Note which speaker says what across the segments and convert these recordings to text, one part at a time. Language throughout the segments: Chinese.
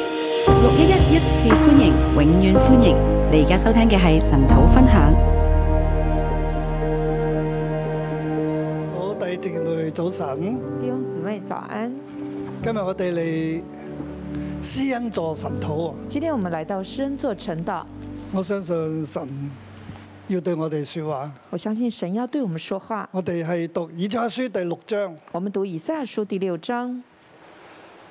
Speaker 1: 六一一一次歡迎，永遠歡迎！你而家收聽嘅係神土分享。
Speaker 2: 好，弟兄姊妹早晨，
Speaker 3: 弟兄姊妹早安，
Speaker 2: 今日我哋嚟施恩座神土啊！
Speaker 3: 今天我们来到施恩座城的，
Speaker 2: 我相信神要對我哋说話。
Speaker 3: 我相信神要对我们说话。
Speaker 2: 我哋係讀以賽亞書第六章，
Speaker 3: 我们读以赛亚书第六章，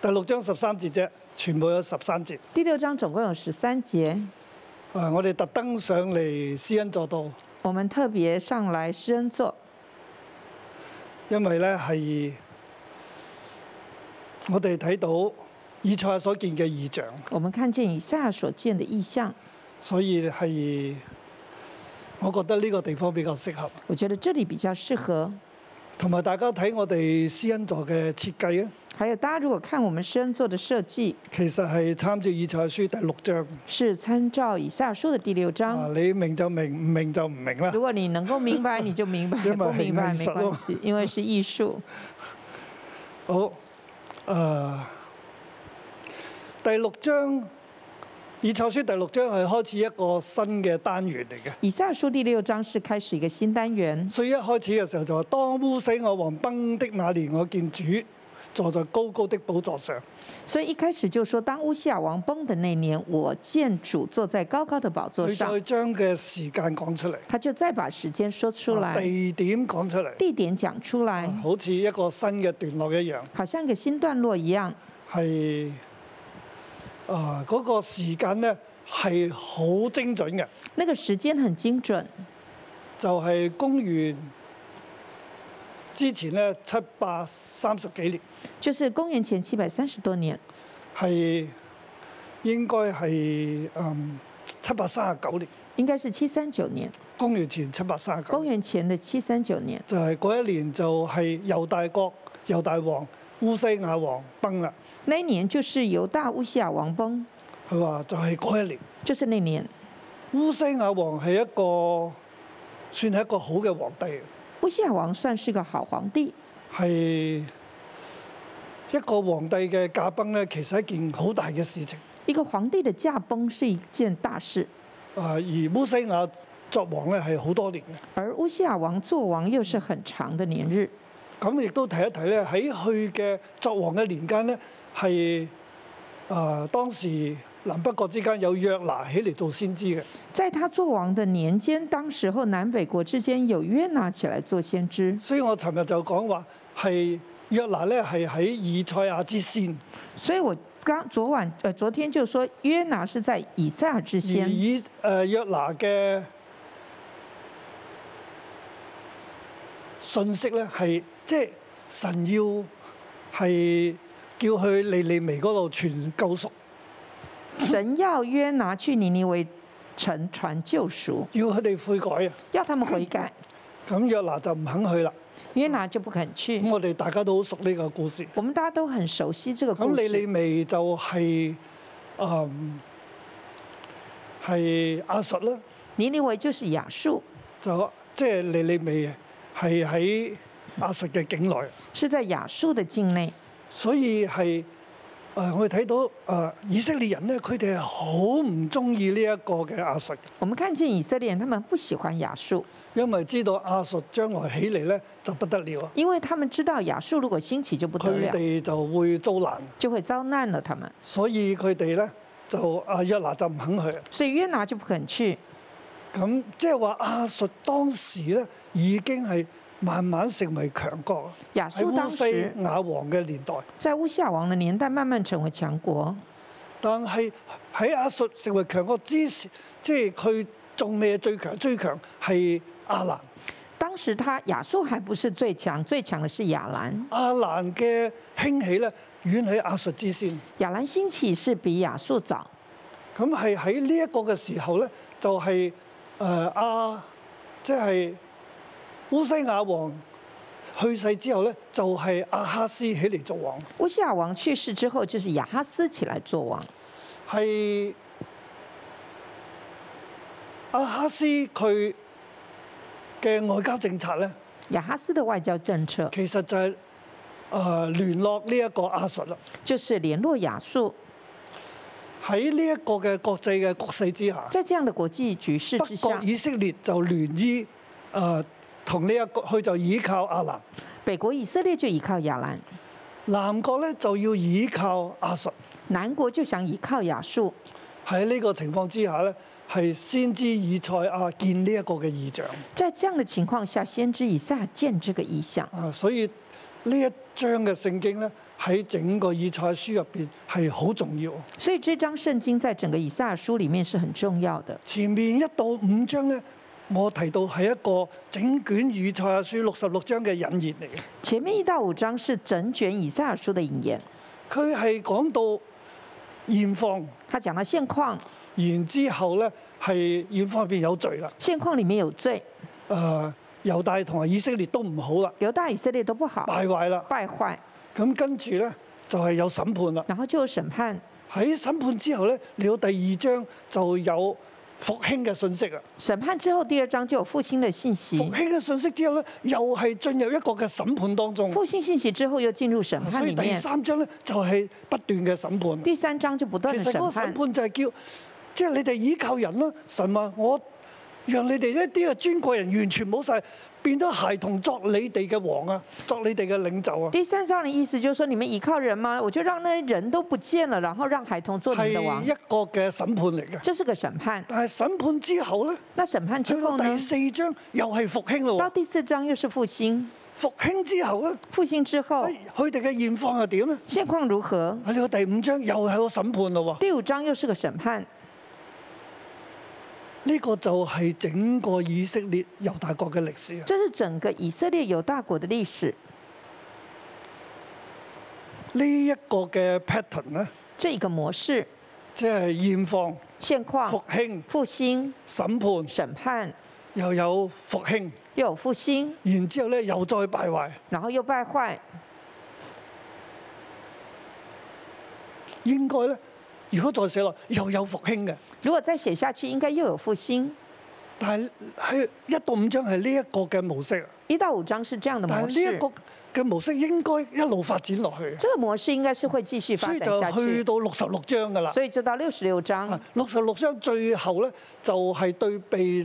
Speaker 2: 第六章十三節啫，全部有十三節。
Speaker 3: 第六章总共有十三节，
Speaker 2: 啊，我哋特登上嚟施恩座度，
Speaker 3: 我们特别上来施恩座，
Speaker 2: 因為咧係我哋睇到以賽亞所見嘅異象，
Speaker 3: 我们看见以赛亚所见的异象，
Speaker 2: 所以係我覺得呢個地方比較適合。
Speaker 3: 我觉得这里比较适合。
Speaker 2: 同埋大家睇我哋施恩座嘅設計啊！
Speaker 3: 还有大家如果看我们施恩座的设计，
Speaker 2: 其實係參照以賽亞書第六章。
Speaker 3: 是参照以赛亚书的第六
Speaker 2: 啊，
Speaker 3: 章。
Speaker 2: 你明就明，唔明就唔明啦
Speaker 3: 如。果你能够明白，你就明白；
Speaker 2: 因为
Speaker 3: 不明白
Speaker 2: 很
Speaker 3: 没
Speaker 2: 艺术
Speaker 3: 关系，因为是艺术。
Speaker 2: 好，誒、第六章以賽亞書第六章係開始一個新嘅單元嚟嘅。
Speaker 3: 以赛亚书第六章是开始一个新单元，
Speaker 2: 所以一開始嘅時候就話：當烏西我王崩的那年，我見主坐在高高的寶座上。
Speaker 3: 所以一开始就说，当乌西亚王崩的那年，我见主坐在高高的宝座
Speaker 2: 佢
Speaker 3: 上
Speaker 2: 再，將嘅時間講出嚟，
Speaker 3: 他就再把时间说出
Speaker 2: 啊
Speaker 3: 来，
Speaker 2: 地點講出嚟，
Speaker 3: 地点讲出
Speaker 2: 啊
Speaker 3: 来，
Speaker 2: 好似一個新嘅段落一樣。
Speaker 3: 好像一个新段落一样。
Speaker 2: 係啊嗰個時間咧係好精準嘅，
Speaker 3: 那个时间很精准，
Speaker 2: 就係、公元之前咧七百三十幾年，
Speaker 3: 就是公元前七百三十多年，
Speaker 2: 係應該係嗯七百三十九年，
Speaker 3: 应该是七三九年，
Speaker 2: 公元前七百三十九
Speaker 3: 公
Speaker 2: 年，
Speaker 3: 元前的七三九年，
Speaker 2: 就係嗰一年就係猶大國猶大王烏西亞王崩啦。
Speaker 3: 那一年就是犹大乌西亚王崩，
Speaker 2: 佢話就係嗰一年，
Speaker 3: 就是那年。
Speaker 2: 烏西亞王係一個算係一個好嘅皇帝嚟。
Speaker 3: 乌西亚王算是个好皇帝，
Speaker 2: 係一個皇帝嘅駕崩咧，其實係一件好大嘅事情。
Speaker 3: 一个皇帝的驾崩是一件大事，
Speaker 2: 啊，而烏西亞作王咧係好多年嘅。
Speaker 3: 而乌西亚王做王又是很长的年日。
Speaker 2: 咁亦都提一提咧，喺佢嘅作王嘅年間咧，係啊當時南北國之間有約拿起嚟做先知嘅。
Speaker 3: 在他做王的年间，当时候南北国之间有约拿起来做先知，
Speaker 2: 所以我尋日就講話係約拿咧係喺以賽亞之先，
Speaker 3: 所以我刚昨晚呃昨天就说约拿是在以赛亚之
Speaker 2: 而
Speaker 3: 先，
Speaker 2: 以誒約拿嘅信息咧係即係神要係叫佢尼尼微嗰度傳救贖，
Speaker 3: 神要约拿去尼尼微城传救赎，
Speaker 2: 要佢哋悔改啊！
Speaker 3: 要他们悔改，
Speaker 2: 嗯咁約拿就唔肯去啦。
Speaker 3: 约拿就不肯去
Speaker 2: 咁。我哋大家都好熟呢個故事。
Speaker 3: 我们大家都很熟悉这个
Speaker 2: 咁
Speaker 3: 故
Speaker 2: 尼尼
Speaker 3: 事。
Speaker 2: 微就係、嗯係亞述啦，
Speaker 3: 尼尼微就是亚述，
Speaker 2: 就即係尼尼微係啊喺亞述嘅境啊內。
Speaker 3: 是在亚述的境内，
Speaker 2: 所以係誒、呃我哋睇到誒、呃以色列人咧，佢哋係好唔中意呢一個嘅亞述，
Speaker 3: 我们看见以色列人他们不喜欢亚述，
Speaker 2: 因為知道亞述將來起嚟咧就不得了啊，
Speaker 3: 因为他们知道亚述如果兴起就不得
Speaker 2: 佢
Speaker 3: 了，
Speaker 2: 哋就會遭難，
Speaker 3: 就会遭難了。他们，
Speaker 2: 所以佢哋咧就阿約拿就唔肯去。
Speaker 3: 所以约拿就不肯去。
Speaker 2: 咁即係話亞述當時咧已經係慢慢成為強國，
Speaker 3: 亞
Speaker 2: 喺
Speaker 3: 述
Speaker 2: 烏
Speaker 3: 當
Speaker 2: 西
Speaker 3: 時
Speaker 2: 亞王嘅年代。
Speaker 3: 在乌夏王的年代慢慢成为强国，
Speaker 2: 但係喺亞述成為強國之前，即係佢仲未係最強，最強係亞蘭。
Speaker 3: 当时他亚述还不是最强，最强的是亚兰。
Speaker 2: 亞蘭嘅興起咧，遠喺亞述之先。
Speaker 3: 亚兰兴起是比亚述早，
Speaker 2: 咁係喺呢一個嘅時候咧，就係誒亞，即係烏西亞王去世之後咧，就係、亞哈斯起嚟做王，
Speaker 3: 乌夏王去世之后，就是亚哈斯起来做王。
Speaker 2: 係亞哈斯佢嘅外交政策咧，
Speaker 3: 亚哈斯的外交政策
Speaker 2: 其實就係、呃誒、聯絡呢一個亞述啦。
Speaker 3: 就是联络亚述，
Speaker 2: 喺呢一個嘅國際嘅局勢之下，
Speaker 3: 在这样的国际局势之
Speaker 2: 北國
Speaker 3: 下，
Speaker 2: 以色列就聯依誒同呢一個，佢就倚靠亞蘭；
Speaker 3: 北国以色列就依靠亚兰，
Speaker 2: 南國咧就要倚靠亞述。
Speaker 3: 南国就想依靠亚述。
Speaker 2: 喺呢個情況之下咧，係先知以賽亞見呢一個嘅異象
Speaker 3: 在这样的情况下，先知以撒见这个意象，
Speaker 2: 啊，所以呢一章嘅聖經咧喺整個以賽書入邊係好重要。
Speaker 3: 所以这张圣经在整个以撒书里面是很重要的。
Speaker 2: 前面一到五章咧，我提到係一個整卷以賽亞書六十六章嘅引言嚟嘅。
Speaker 3: 前面一到五章是整卷以撒书的引言，
Speaker 2: 佢係講到現況，
Speaker 3: 他讲到现况，
Speaker 2: 然之後咧係現況入邊有罪啦。
Speaker 3: 现况里面有罪，
Speaker 2: 誒、猶大同埋以色列都唔好啦，
Speaker 3: 犹大以色列都不好，
Speaker 2: 敗壞啦。
Speaker 3: 败坏，
Speaker 2: 咁跟住咧就係、有審判啦。
Speaker 3: 然后就有审判。
Speaker 2: 喺審判之後咧，你到第二章就有復興嘅信息啊。
Speaker 3: 审判之后，第二章就有复兴的信息
Speaker 2: 復。興嘅信息之後咧，又係進入一個嘅審判當中。
Speaker 3: 复兴信息之后，又进入审判
Speaker 2: 所以
Speaker 3: 里
Speaker 2: 第
Speaker 3: 面。
Speaker 2: 三章咧就係、不斷嘅審判。
Speaker 3: 第三章就不断
Speaker 2: 其
Speaker 3: 的
Speaker 2: 實
Speaker 3: 审
Speaker 2: 嗰個審
Speaker 3: 判，
Speaker 2: 判就係叫，即係你哋依靠人啦。神話我讓你哋一啲嘅尊貴人完全冇晒，變咗孩童作你哋嘅王啊，作你哋嘅領袖啊，
Speaker 3: 第三章的意思就是说，你们依靠人吗？我就让那些人都不见了，然后让孩童做你们的
Speaker 2: 係
Speaker 3: 王
Speaker 2: 一，個嘅審判嚟嘅。
Speaker 3: 这是个审判。
Speaker 2: 但係審判之後咧，
Speaker 3: 那审判之
Speaker 2: 去
Speaker 3: 后
Speaker 2: 到
Speaker 3: 呢？
Speaker 2: 第四章又係復興
Speaker 3: 到
Speaker 2: 咯喎。
Speaker 3: 第四章又是复兴，
Speaker 2: 復興之後咧，
Speaker 3: 复兴之后
Speaker 2: 哎佢哋嘅現況係點咧？
Speaker 3: 现况如何？
Speaker 2: 啊去到第五章又係個審判咯喎。
Speaker 3: 第五章又是个审判，
Speaker 2: 呢、個就係整個以色列猶大國嘅歷史啊！
Speaker 3: 这是整个以色列犹大国的历史。
Speaker 2: 呢、一個嘅 pattern 咧，
Speaker 3: 这一个模式、
Speaker 2: 即係現況、
Speaker 3: 现况
Speaker 2: 復、興、
Speaker 3: 复兴、
Speaker 2: 審判。
Speaker 3: 审判，
Speaker 2: 又有復興，
Speaker 3: 又有复兴，
Speaker 2: 然之後咧又再敗壞，
Speaker 3: 然后又败坏。
Speaker 2: 應該咧，如果再寫落又有復興嘅，
Speaker 3: 如果再写下去，应该又有复兴。
Speaker 2: 但係喺一到五章係呢一個嘅模式啊，
Speaker 3: 一到五章是这样的
Speaker 2: 但
Speaker 3: 啊模
Speaker 2: 係呢一
Speaker 3: 式，
Speaker 2: 個嘅模式應該一路發展落去，
Speaker 3: 这个模式应该是会继续发
Speaker 2: 所以
Speaker 3: 展
Speaker 2: 就
Speaker 3: 下
Speaker 2: 去啊
Speaker 3: 去。
Speaker 2: 到六十六章㗎啦。
Speaker 3: 所以就到六十六章，
Speaker 2: 六十六章最後咧就係、對被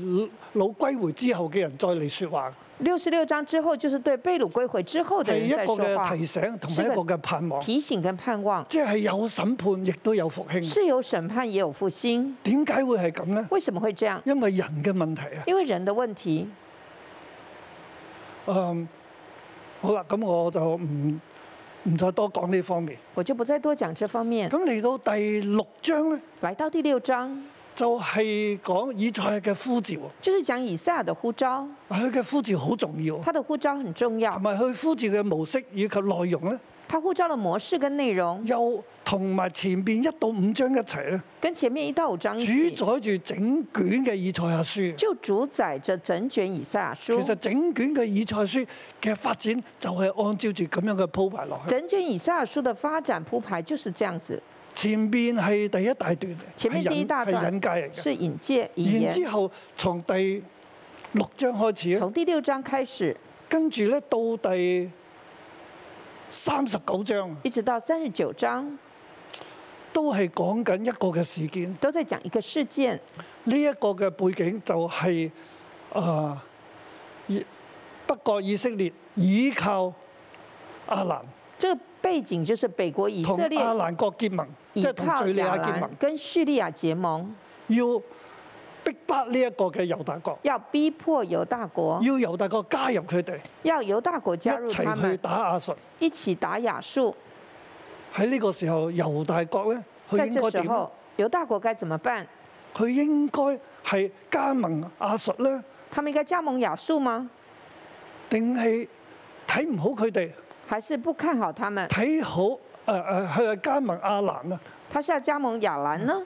Speaker 2: 老歸回之後嘅人再嚟説話，
Speaker 3: 六十六章之後就是对被掳歸回之後的
Speaker 2: 係
Speaker 3: 人
Speaker 2: 一
Speaker 3: 在
Speaker 2: 個
Speaker 3: 说話
Speaker 2: 嘅，提醒同埋一個嘅盼望，
Speaker 3: 提醒跟盼望，
Speaker 2: 即係有審判亦都有復興。
Speaker 3: 是有审判也有复兴。
Speaker 2: 點解會係咁呢？
Speaker 3: 为什么会这样？
Speaker 2: 因為人嘅問題啊。
Speaker 3: 因为人的問題。
Speaker 2: 嗯，好啦，咁我就唔唔再多講呢方面。
Speaker 3: 我就不再多講這方面。
Speaker 2: 咁嚟到第六章咧，
Speaker 3: 來到第六章，
Speaker 2: 就係、講以賽亞嘅呼召，啊
Speaker 3: 就是講以撒的呼召，
Speaker 2: 佢嘅呼召好重要，啊
Speaker 3: 他的呼召很重
Speaker 2: 同
Speaker 3: 要，
Speaker 2: 埋佢呼召嘅模式以及內容咧，
Speaker 3: 他呼召的模式跟內容
Speaker 2: 又同埋前邊一到五章一齊咧，
Speaker 3: 跟前面一到五章
Speaker 2: 主
Speaker 3: 一起，
Speaker 2: 宰住整卷嘅以賽亞書。
Speaker 3: 就嗯主宰着整卷以撒
Speaker 2: 其呃
Speaker 3: 書。
Speaker 2: 實整卷嘅以賽亞書嘅發展就係按照住咁樣嘅鋪排落去。
Speaker 3: 整卷以撒書的發展鋪排就是這樣子，
Speaker 2: 前邊係第一大段，
Speaker 3: 前面
Speaker 2: 係
Speaker 3: 第一
Speaker 2: 引
Speaker 3: 大
Speaker 2: 係
Speaker 3: 段
Speaker 2: 引介嚟嘅。
Speaker 3: 是引介引
Speaker 2: 然之
Speaker 3: 言。
Speaker 2: 後從第六章開始咧，
Speaker 3: 從第六章開始，
Speaker 2: 跟住咧到第三十九章
Speaker 3: 一直到三十九章，
Speaker 2: 都係講緊一個嘅事件。
Speaker 3: 都在講一個事件。
Speaker 2: 呢、一個嘅背景就係、啊、以北國以色列倚靠亞蘭，
Speaker 3: 這個背景就是北國以
Speaker 2: 同
Speaker 3: 色列
Speaker 2: 亞蘭國結盟，即
Speaker 3: 倚
Speaker 2: 係同
Speaker 3: 靠
Speaker 2: 敍利
Speaker 3: 亞
Speaker 2: 亞結
Speaker 3: 蘭
Speaker 2: 盟，
Speaker 3: 跟敘利亞結盟，
Speaker 2: 要逼迫呢一個嘅猶大國，
Speaker 3: 要逼迫猶大國，
Speaker 2: 要猶大國加入佢哋，
Speaker 3: 要猶大國哦加入
Speaker 2: 一
Speaker 3: 他
Speaker 2: 齊去
Speaker 3: 們，
Speaker 2: 打亞述。
Speaker 3: 一起打亞述。
Speaker 2: 喺呢個時候，猶大國咧，佢
Speaker 3: 在
Speaker 2: 應
Speaker 3: 這
Speaker 2: 該
Speaker 3: 時
Speaker 2: 點咧
Speaker 3: 候？，猶大國該怎麼辦？
Speaker 2: 佢應該係加盟亞述咧，
Speaker 3: 他們應該加盟亞述嗎？
Speaker 2: 定係睇唔好佢哋，
Speaker 3: 還是不看好他們？
Speaker 2: 睇好誒誒佢係加盟亞蘭啊？
Speaker 3: 他是要加盟亞蘭呢，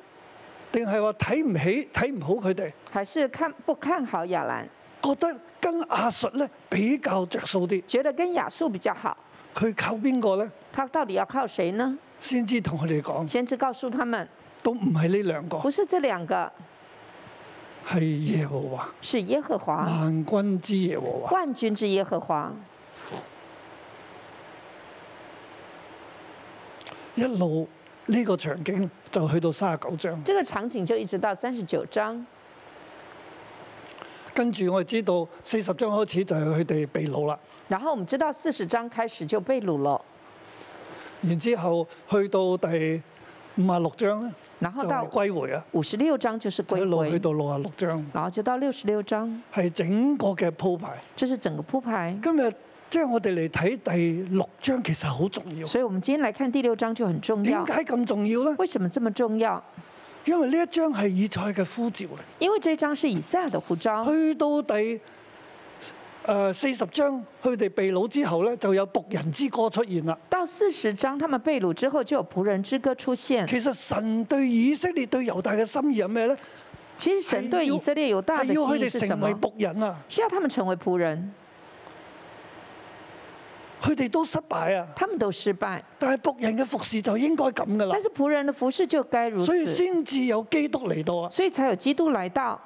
Speaker 2: 定係話睇唔起、睇唔好佢哋，
Speaker 3: 還是看不看好亞蘭？
Speaker 2: 覺得跟亞述咧比較着數啲？
Speaker 3: 覺得跟亞述比較好，
Speaker 2: 佢靠邊個咧？
Speaker 3: 他到底要靠誰呢？
Speaker 2: 先知同佢哋講，
Speaker 3: 先知告訴他們，
Speaker 2: 都唔係呢兩個，
Speaker 3: 不是這兩個，
Speaker 2: 係耶和華
Speaker 3: 是耶和華，
Speaker 2: 萬軍之耶和華。
Speaker 3: 萬軍之耶和華。
Speaker 2: 一路呢個場景就去到三十九章。
Speaker 3: 这个场景就一直到三十九章，
Speaker 2: 跟住我哋知道四十章開始就係佢哋被掳啦，
Speaker 3: 然后我们知道四十章开始就被掳了，
Speaker 2: 然之後去到第五啊六章咧，
Speaker 3: 然
Speaker 2: 就
Speaker 3: 后到
Speaker 2: 係歸回啊，
Speaker 3: 五十六章就是
Speaker 2: 一
Speaker 3: 归
Speaker 2: 路去
Speaker 3: 回，
Speaker 2: 到六啊六章，
Speaker 3: 然後就到六十六章，
Speaker 2: 係整個嘅鋪排。
Speaker 3: 这是整个鋪排。
Speaker 2: 今日即係我哋嚟睇第六章，其實好重要。
Speaker 3: 所以我们今天来看第六章就很重要
Speaker 2: 點。解咁重要呢？
Speaker 3: 为什么这么重要？
Speaker 2: 因為呢一章係以賽嘅呼召嚟。
Speaker 3: 因为这章是以赛亚的呼召，
Speaker 2: 去到第誒四十章，佢哋被掳之後呢，就有仆人之歌出現啦。
Speaker 3: 到四十章他们被掳之后，就有仆人之歌出现。
Speaker 2: 其實神對以色列對猶大嘅心意係咩呢？
Speaker 3: 其实神对以色列有大
Speaker 2: 係
Speaker 3: 的
Speaker 2: 要佢
Speaker 3: 心意是
Speaker 2: 哋
Speaker 3: 什
Speaker 2: 成為
Speaker 3: 么？
Speaker 2: 仆人啊！
Speaker 3: 是要他们成为仆人，
Speaker 2: 佢哋都失敗啊！
Speaker 3: 他们都失败，
Speaker 2: 但係仆人嘅服侍就應該咁噶啦
Speaker 3: 但，是仆人的服饰就该如
Speaker 2: 所以
Speaker 3: 此，
Speaker 2: 先至有基督嚟到啊！
Speaker 3: 所以才有基督来到。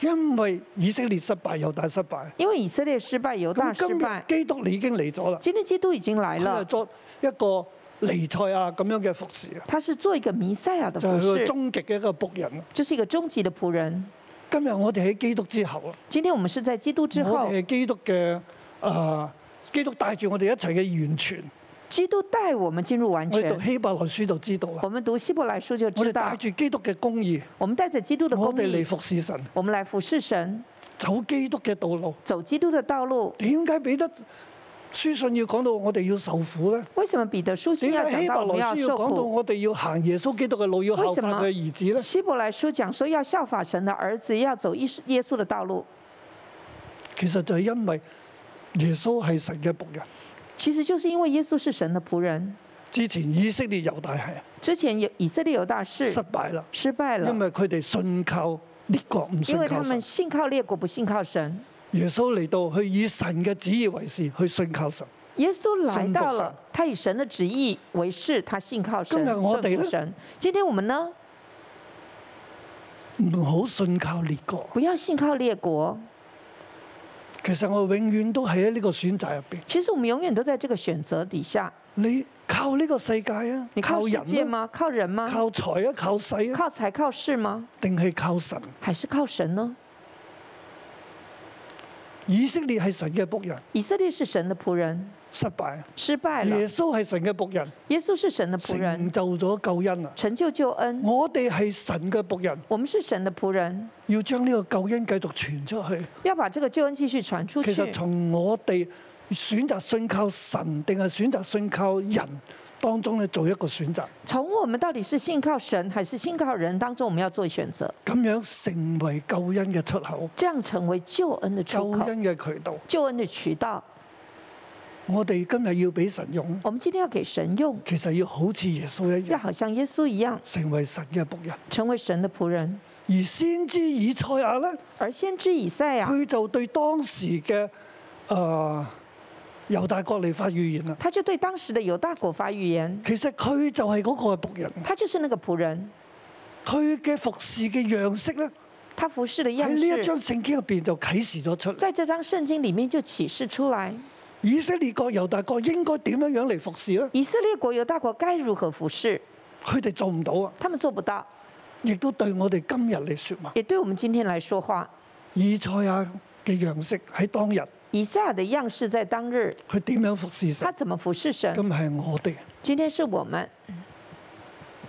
Speaker 2: 因為以色列失敗，猶大失敗，
Speaker 3: 因为以色列失败，犹大
Speaker 2: 咁
Speaker 3: 失
Speaker 2: 今
Speaker 3: 败
Speaker 2: 日，基督你已經嚟咗啦，
Speaker 3: 今天基督已经来
Speaker 2: 佢就
Speaker 3: 了，
Speaker 2: 作一個尼賽亞咁樣嘅服侍啊，
Speaker 3: 他是做一个弥赛亚的
Speaker 2: 就係
Speaker 3: 服
Speaker 2: 佢個
Speaker 3: 饰，
Speaker 2: 終極嘅一個仆人啊。
Speaker 3: 这是一个终极的仆人。
Speaker 2: 今日我哋喺基督之後啊，
Speaker 3: 今天我们是在基督之
Speaker 2: 我
Speaker 3: 后
Speaker 2: 哋，係基督嘅啊、基督帶住我哋一齊嘅完全。
Speaker 3: 基督带我们进入完
Speaker 2: 我哋
Speaker 3: 全
Speaker 2: 讀。希伯來書就知道啦
Speaker 3: 我，们读希伯来书就
Speaker 2: 我
Speaker 3: 知
Speaker 2: 哋
Speaker 3: 道
Speaker 2: 帶，住基督嘅公義，
Speaker 3: 我们带着基督的
Speaker 2: 我
Speaker 3: 公
Speaker 2: 哋嚟
Speaker 3: 义，
Speaker 2: 服侍神，
Speaker 3: 我们来服侍神，
Speaker 2: 走基督嘅道路。
Speaker 3: 走基督的道路。
Speaker 2: 點解彼得書信要講到我哋要受苦呢？
Speaker 3: 为什么彼得书信
Speaker 2: 點
Speaker 3: 要
Speaker 2: 解
Speaker 3: 讲
Speaker 2: 希
Speaker 3: 到
Speaker 2: 伯
Speaker 3: 我们
Speaker 2: 來
Speaker 3: 要
Speaker 2: 書要
Speaker 3: 受
Speaker 2: 講到
Speaker 3: 苦？
Speaker 2: 我哋要行耶穌基督嘅路，要效
Speaker 3: 為什
Speaker 2: 法
Speaker 3: 麼
Speaker 2: 佢嘅兒子呢？
Speaker 3: 希伯来书讲说要效法神的儿子，要走耶稣耶稣的道路。
Speaker 2: 其實就係因為耶穌係神嘅仆人。
Speaker 3: 其实就是因为耶稣是神的仆人。
Speaker 2: 之前以色列猶大係啊
Speaker 3: 之前有以色列有大事
Speaker 2: 失敗啦，
Speaker 3: 失败了
Speaker 2: 因，為佢哋信靠列國，唔信
Speaker 3: 因为他
Speaker 2: 靠
Speaker 3: 们
Speaker 2: 神。
Speaker 3: 信靠列国，不信靠神。
Speaker 2: 耶穌嚟到，去以神嘅旨意為事，去信靠神。
Speaker 3: 耶稣来到
Speaker 2: 顺服神
Speaker 3: 了，他以神的旨意为事，他信靠神，
Speaker 2: 今日我哋
Speaker 3: 顺
Speaker 2: 呢
Speaker 3: 服神。今天我们呢，
Speaker 2: 唔好信靠列國。
Speaker 3: 不要信靠列国。
Speaker 2: 其實我永遠都係喺呢個選擇入邊。
Speaker 3: 其实我们永远都在这个选择底下。
Speaker 2: 你靠呢個世界啊
Speaker 3: 你，靠世界
Speaker 2: 人啊，
Speaker 3: 吗？靠人吗？
Speaker 2: 靠財啊，靠勢啊，
Speaker 3: 靠财靠势吗？
Speaker 2: 定係靠神？
Speaker 3: 还是靠神呢？
Speaker 2: 以色列係神嘅仆人，
Speaker 3: 以色列是神的仆人，
Speaker 2: 失敗。啊
Speaker 3: 失败
Speaker 2: 耶
Speaker 3: 了。
Speaker 2: 穌係神嘅仆人，
Speaker 3: 耶穌是神的仆
Speaker 2: 成
Speaker 3: 人，
Speaker 2: 就咗救恩啊！
Speaker 3: 成就救恩。
Speaker 2: 我哋係神嘅仆人，
Speaker 3: 我们是神的仆人，
Speaker 2: 要將呢個救恩繼續傳出去。
Speaker 3: 要把这个救恩继续传出去
Speaker 2: 其。實從我哋選擇信靠神定係選擇信靠人當中咧，做一個選擇，
Speaker 3: 从我们到底是信靠神还是信靠人当中，我们要做选择，
Speaker 2: 咁樣成為救恩嘅出口、
Speaker 3: 这样成为救恩的
Speaker 2: 救
Speaker 3: 出口、
Speaker 2: 恩嘅渠道。
Speaker 3: 救恩的渠道。
Speaker 2: 我哋今日要俾神用，
Speaker 3: 我们今天要给神用，
Speaker 2: 其實要好似耶穌一
Speaker 3: 要
Speaker 2: 樣，
Speaker 3: 好像耶穌一样，
Speaker 2: 成為神嘅仆人。
Speaker 3: 成为神的仆人。
Speaker 2: 而先知以賽亞呢，
Speaker 3: 而先知以赛亚，
Speaker 2: 佢就對當時嘅誒猶大國嚟發預言啦。
Speaker 3: 他就对当时的犹大国发预言，
Speaker 2: 其實佢就係嗰個仆人，
Speaker 3: 他就是那个仆人，
Speaker 2: 佢嘅服侍嘅樣式呢，
Speaker 3: 他服侍的
Speaker 2: 喺
Speaker 3: 样
Speaker 2: 呢一
Speaker 3: 式
Speaker 2: 章，聖經入邊就啟示咗出嚟。
Speaker 3: 在这张圣經里面就启示出来，
Speaker 2: 以色列國、猶大國應該點樣樣嚟服侍呢？
Speaker 3: 以色列国犹大国该如何服侍，
Speaker 2: 佢哋做唔到啊，
Speaker 3: 他们做不到，
Speaker 2: 亦都對我哋今日嚟説話。
Speaker 3: 也对我们今天来说话。
Speaker 2: 以賽亞嘅樣式喺當日，
Speaker 3: 以赛亚的样式在当日，
Speaker 2: 佢點樣服侍
Speaker 3: 他
Speaker 2: 神？
Speaker 3: 怎么服侍神？
Speaker 2: 咁係我哋，
Speaker 3: 今天是我们，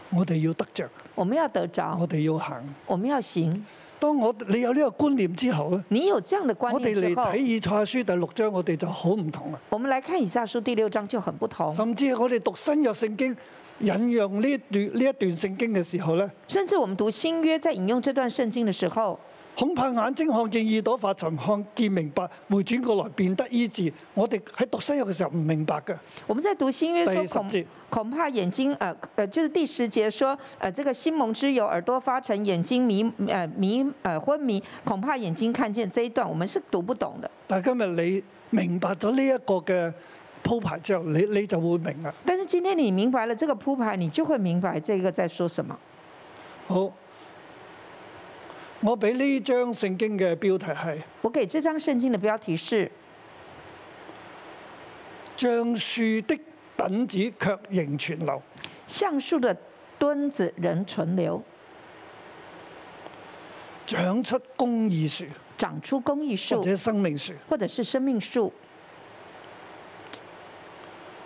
Speaker 2: 我哋要得着，
Speaker 3: 我们要得着，
Speaker 2: 我哋要行。
Speaker 3: 我们要行。
Speaker 2: 當我你有呢個觀念之後咧，
Speaker 3: 你有这样的观
Speaker 2: 我哋
Speaker 3: 念
Speaker 2: 嚟
Speaker 3: 之后，
Speaker 2: 睇以賽亞書第六章，我哋就好唔同啦。
Speaker 3: 我们来看以下书第六章就很不同。
Speaker 2: 甚至我哋讀新約聖經引用呢一段呢一段聖經嘅時候咧，
Speaker 3: 甚至我们读新约，在引用这段圣经的时候，
Speaker 2: 恐怕眼睛看見，耳朵發沉，看見明白，回轉過來便得醫治。我哋喺讀新約嘅時候唔明白嘅。
Speaker 3: 我们在读新约
Speaker 2: 第
Speaker 3: 说
Speaker 2: 十
Speaker 3: 恐
Speaker 2: 节
Speaker 3: 恐怕眼睛呃呃就是第十节说呃这个心蒙之油耳朵发沉眼睛迷呃迷呃昏迷恐怕眼睛看见这一段我们是读不懂的。
Speaker 2: 但係今日你明白咗呢一個嘅鋪排之後，你你就會明啊。
Speaker 3: 但是今天你明白了这个铺排，你就会明白这个在说什么。
Speaker 2: 好，我俾呢章聖經嘅標題係
Speaker 3: 我给这张圣经的标题是
Speaker 2: 橡樹的等子卻仍存留。
Speaker 3: “橡树的墩子仍存留，
Speaker 2: 長出公義樹
Speaker 3: 长出公益
Speaker 2: 或
Speaker 3: 树，
Speaker 2: 者生命樹。
Speaker 3: 或者是生命树。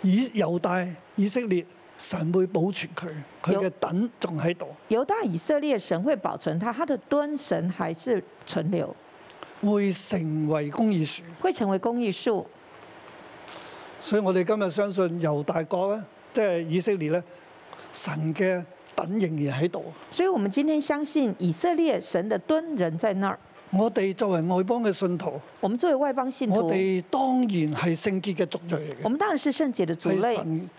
Speaker 2: 以猶大以色列，神會保存佢，佢嘅等仲喺度。
Speaker 3: 犹大以色列神会保存它，它的墩神还是存留，
Speaker 2: 會成為公義樹，
Speaker 3: 会成为公益树。
Speaker 2: 所以我哋今日相信猶大國咧，即係以色列咧，神嘅等仍然喺度。
Speaker 3: 所以我们今天相信以色列神的墩仍在那儿。
Speaker 2: 我哋作為外邦嘅信徒，
Speaker 3: 我们作为外邦信
Speaker 2: 我
Speaker 3: 徒，
Speaker 2: 哋當然係聖潔嘅族裔嚟
Speaker 3: 我
Speaker 2: 嘅，
Speaker 3: 们当然是圣洁的族
Speaker 2: 係
Speaker 3: 类，
Speaker 2: 神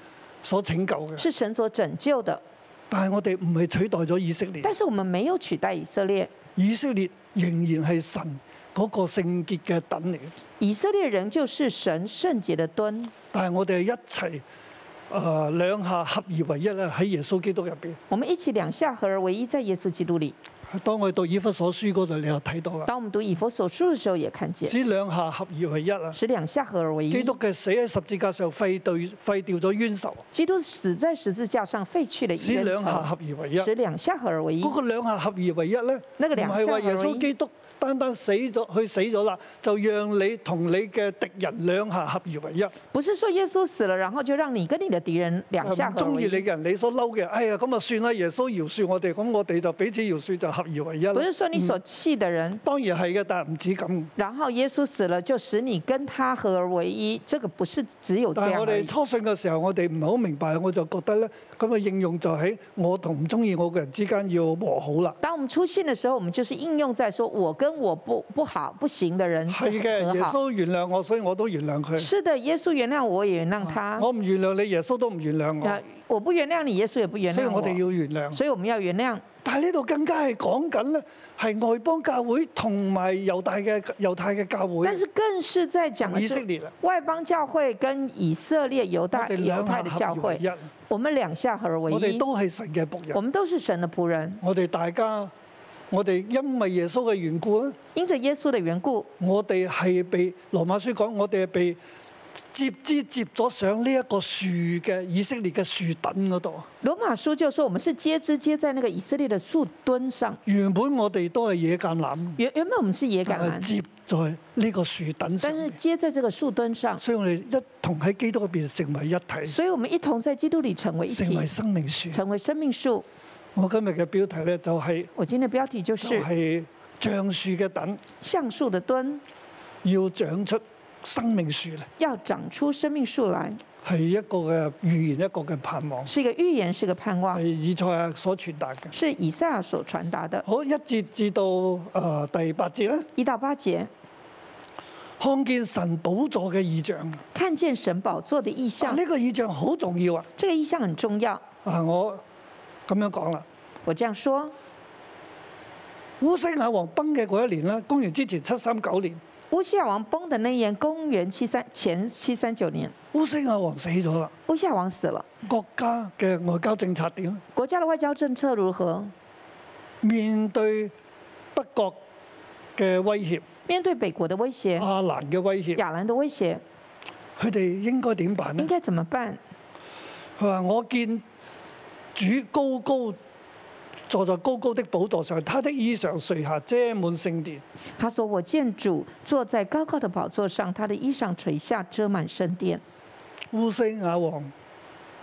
Speaker 2: 所拯救嘅。
Speaker 3: 是神所拯救的。
Speaker 2: 但係我哋唔係取代咗以色列，
Speaker 3: 但是我们没有取代以色列，
Speaker 2: 以色列仍然係神嗰個聖潔嘅等嚟嘅。
Speaker 3: 以色列人就是神圣洁的墩。
Speaker 2: 但係我哋一齊誒、呃、兩下合而為一咧，喺耶穌基督入邊。
Speaker 3: 我们一起两下合而为一，在耶稣基督里。
Speaker 2: 當我哋讀以弗所書嗰度，你又睇到啦。
Speaker 3: 当我们读以佛所书的时候，也看见
Speaker 2: 使兩下合而為一啦。
Speaker 3: 使两下合而为一。
Speaker 2: 基督嘅死喺十字架上廢掉廢掉咗冤仇，
Speaker 3: 基督死在十字架上，废去了一
Speaker 2: 使
Speaker 3: 根
Speaker 2: 兩下
Speaker 3: 肠，
Speaker 2: 合而為一。
Speaker 3: 使兩下合而为一
Speaker 2: 嗰。個兩下合而為一咧，唔
Speaker 3: Mm 那個兩下合而
Speaker 2: 係
Speaker 3: 為一
Speaker 2: 話耶穌基督單單死咗，佢死咗啦，就讓你同你嘅敵人兩下合而為一。
Speaker 3: 不是说耶稣死了，然后就让你跟你的敌人两下
Speaker 2: 唔
Speaker 3: 合而
Speaker 2: 中
Speaker 3: 为
Speaker 2: 意你嘅
Speaker 3: 一。
Speaker 2: 人，你所嬲嘅人，哎呀咁啊算啦，耶穌饒恕我哋，咁我哋就彼此饒恕就合而為一
Speaker 3: 不
Speaker 2: 啦
Speaker 3: 是。说你所气的人，
Speaker 2: 當然係嘅，但係唔止咁。
Speaker 3: 然后耶稣死了，就使你跟他合而为一。这个不是只有这
Speaker 2: 但係
Speaker 3: 样
Speaker 2: 我
Speaker 3: 而已
Speaker 2: 哋初信嘅時候，我哋唔係好明白，我就覺得咧，咁嘅應用就喺我同唔中意我嘅人之間要和好啦。
Speaker 3: 当我们出现的时候，我们就是应用在说我跟我不不好不行的人
Speaker 2: 係
Speaker 3: 和
Speaker 2: 嘅，耶
Speaker 3: 好。
Speaker 2: 穌原諒我，所以我都原諒佢。
Speaker 3: 是的，耶稣原谅我，也原谅他。
Speaker 2: 啊我唔原諒你，耶穌都唔原諒
Speaker 3: 那
Speaker 2: 我，
Speaker 3: 我不原谅你，耶稣也不原
Speaker 2: 所以
Speaker 3: 谅
Speaker 2: 我哋要原諒。
Speaker 3: 所以我们要原谅。
Speaker 2: 但係呢度更加係講緊咧，係外邦教會同埋猶大嘅猶太嘅教會
Speaker 3: 但，是更是在讲的
Speaker 2: 以色
Speaker 3: 是
Speaker 2: 列啦，
Speaker 3: 外邦教会跟以色列犹
Speaker 2: 我
Speaker 3: 大
Speaker 2: 哋
Speaker 3: 犹
Speaker 2: 兩
Speaker 3: 太
Speaker 2: 下
Speaker 3: 的
Speaker 2: 合
Speaker 3: 教
Speaker 2: 而為
Speaker 3: 会，
Speaker 2: 一，
Speaker 3: 我们两下合而为
Speaker 2: 我哋
Speaker 3: 一。
Speaker 2: 都係神嘅仆
Speaker 3: 我
Speaker 2: 人，
Speaker 3: 们都是神的仆人，
Speaker 2: 我哋大家，我哋因為耶穌嘅緣故咧。
Speaker 3: 因着耶稣的缘故，
Speaker 2: 我哋係被羅馬書講，我哋係被接枝接咗上呢一個樹嘅以色列嘅樹墩嗰度。
Speaker 3: 罗马书就说我们是接枝接在那个以色列的树墩上。
Speaker 2: 原本我哋都係野橄欖，
Speaker 3: 原原本我们是野橄
Speaker 2: 但係
Speaker 3: 榄，
Speaker 2: 呃接在呢個樹墩上
Speaker 3: 但是
Speaker 2: 面，
Speaker 3: 接在这个树墩上，
Speaker 2: 所以我哋一同喺基督入邊成為一體，
Speaker 3: 所以我们一同在基督里成为一
Speaker 2: 成
Speaker 3: 体，
Speaker 2: 為生命樹。
Speaker 3: 成为生命树。
Speaker 2: 我今日嘅標題咧就係、
Speaker 3: 我今天的标题就
Speaker 2: 就是係、橡樹嘅墩
Speaker 3: 橡树的墩
Speaker 2: 要長出生命樹咧，
Speaker 3: 要长出生命树来，
Speaker 2: 係一個嘅預言，一個嘅盼望，
Speaker 3: 是一个预言，是个盼望
Speaker 2: 係，以賽亞所傳達嘅。
Speaker 3: 是以赛亚所传达的。
Speaker 2: 好，一節至到誒、呃第八節咧。
Speaker 3: 一到八节，
Speaker 2: 看見神寶座嘅異象，呢、
Speaker 3: 看见神宝座的意
Speaker 2: 啊
Speaker 3: 象，
Speaker 2: 呢個異象好重要啊！
Speaker 3: 这个意象很重要。
Speaker 2: 啊，我咁樣講啦，
Speaker 3: 我这样说，
Speaker 2: 烏西亞王崩嘅嗰一年啦，公元之前七三九年，
Speaker 3: 乌西亚王崩的那一年，公元七三前七三九年，
Speaker 2: 烏西亞王死咗啦，
Speaker 3: 乌西亚王死了。
Speaker 2: 國家嘅外交政策點咧？
Speaker 3: 国家的外交政策如何？
Speaker 2: 面對北國嘅威脅、
Speaker 3: 面对北国的威胁、
Speaker 2: 亞蘭嘅威脅，
Speaker 3: 亚兰的威胁，
Speaker 2: 佢哋啊應該點辦
Speaker 3: 应
Speaker 2: 呢？
Speaker 3: 该怎么办？
Speaker 2: 佢話：我見主高高坐在高高的寶座上，他的衣裳垂下遮滿聖殿。
Speaker 3: 他说：“我见主坐在高高的宝座上，他的衣裳垂下，遮满圣殿。
Speaker 2: 烏西亞啊王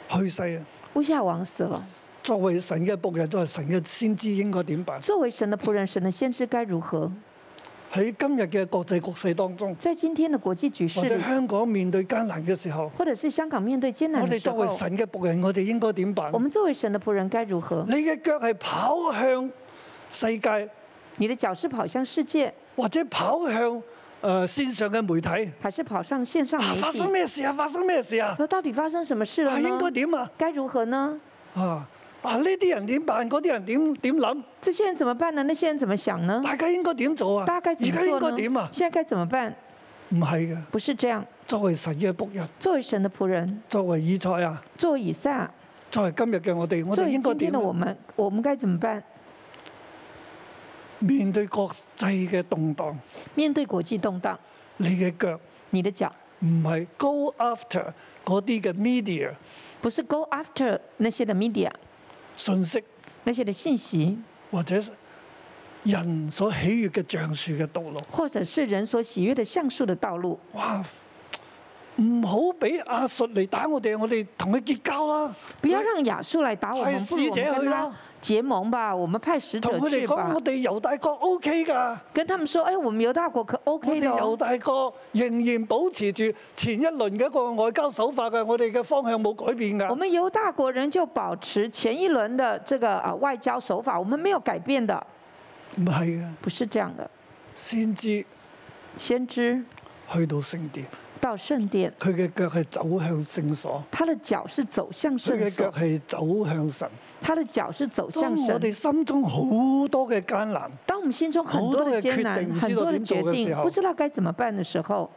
Speaker 2: 去世啊！”
Speaker 3: 乌夏王死了，
Speaker 2: 作為神嘅仆人，作為神嘅先知，應該點辦？
Speaker 3: 作为神的仆人，神的先知该如何？
Speaker 2: 喺今日嘅國際局勢當中，
Speaker 3: 在今天的国际局势
Speaker 2: 或者
Speaker 3: 里，
Speaker 2: 香港面對艱難嘅時候，
Speaker 3: 或者是香港面对艰
Speaker 2: 我
Speaker 3: 难的
Speaker 2: 哋
Speaker 3: 时
Speaker 2: 作
Speaker 3: 候
Speaker 2: 為，神嘅仆人，我哋應該點辦
Speaker 3: 我？们作为神的仆人该如何
Speaker 2: 你？嘅腳係跑向世界，
Speaker 3: 你的脚是跑向世界，
Speaker 2: 或者跑向誒、呃、線上嘅媒體，
Speaker 3: 还是跑上线上
Speaker 2: 啊
Speaker 3: 媒
Speaker 2: 發生
Speaker 3: 体？
Speaker 2: 咩事啊？發生咩事啊？
Speaker 3: 说到底发生什么事了
Speaker 2: 係應該
Speaker 3: 呢？
Speaker 2: 點啊？
Speaker 3: 该如何呢？
Speaker 2: 啊啊！呢啲人點辦？嗰啲人點點諗？
Speaker 3: 这些人怎么辦呢？那些人怎么想呢？
Speaker 2: 大家應該點做啊？
Speaker 3: 大概
Speaker 2: 而
Speaker 3: 怎
Speaker 2: 家應
Speaker 3: 么
Speaker 2: 該
Speaker 3: 做呢？
Speaker 2: 點啊？
Speaker 3: 现在該怎么辦？
Speaker 2: 唔係嘅，
Speaker 3: 不是這樣。
Speaker 2: 作為神嘅仆人，
Speaker 3: 作为神的仆人，
Speaker 2: 作為以賽亞，
Speaker 3: 作为以撒，
Speaker 2: 作為今日嘅我哋，我
Speaker 3: 作
Speaker 2: 哋
Speaker 3: 为
Speaker 2: 應該
Speaker 3: 今
Speaker 2: 點
Speaker 3: 天的
Speaker 2: 啊
Speaker 3: 我？们，我们该怎么辦？
Speaker 2: 面對國際嘅動盪，
Speaker 3: 面對國際動盪，
Speaker 2: 你嘅腳
Speaker 3: 你的腳
Speaker 2: 唔係 go after 嗰啲嘅 media，
Speaker 3: 不是 go after 那些的 media，
Speaker 2: 信息
Speaker 3: 那些的信息，
Speaker 2: 或者人所喜悅嘅橡樹嘅道路。
Speaker 3: 或者是人所喜悦的橡树的道路。
Speaker 2: 哇！唔好俾阿述嚟打我哋，我哋同佢結交啦。
Speaker 3: 不要让亚述来打我
Speaker 2: 派
Speaker 3: 们，
Speaker 2: 使
Speaker 3: 不如我
Speaker 2: 者
Speaker 3: 们
Speaker 2: 去
Speaker 3: 跟
Speaker 2: 啦
Speaker 3: 他结盟吧，我们派使
Speaker 2: 同
Speaker 3: 者
Speaker 2: 佢哋
Speaker 3: 去
Speaker 2: 講，
Speaker 3: 吧
Speaker 2: 我，哋猶大國 O K 㗎，
Speaker 3: 跟他们说，哎，我们犹大国可
Speaker 2: 我
Speaker 3: OK
Speaker 2: 哋
Speaker 3: 的、
Speaker 2: 猶
Speaker 3: 哦，
Speaker 2: 大國仍然保持住前一輪嘅一個外交手法㗎，我哋嘅方向冇改變
Speaker 3: 我
Speaker 2: 㗎。
Speaker 3: 们犹大国人就保持前一轮的这个呃外交手法，我们没有改变的，
Speaker 2: 唔係啊，
Speaker 3: 不是这样的。
Speaker 2: 先知
Speaker 3: 先知
Speaker 2: 去到聖殿，
Speaker 3: 到圣殿，
Speaker 2: 佢嘅腳係走向聖所，
Speaker 3: 他的脚是走向
Speaker 2: 佢
Speaker 3: 圣
Speaker 2: 嘅腳
Speaker 3: 所，
Speaker 2: 係走向神。
Speaker 3: 他的脚是走向
Speaker 2: 當我哋
Speaker 3: 神。
Speaker 2: 心中好多嘅艱難，
Speaker 3: 当我们心中很
Speaker 2: 好
Speaker 3: 多
Speaker 2: 多的
Speaker 3: 的艰
Speaker 2: 决
Speaker 3: 难
Speaker 2: 定、不
Speaker 3: 很
Speaker 2: 知道
Speaker 3: 多的
Speaker 2: 点做
Speaker 3: 决
Speaker 2: 的时
Speaker 3: 定，
Speaker 2: 候
Speaker 3: 不知道该怎么办的时候，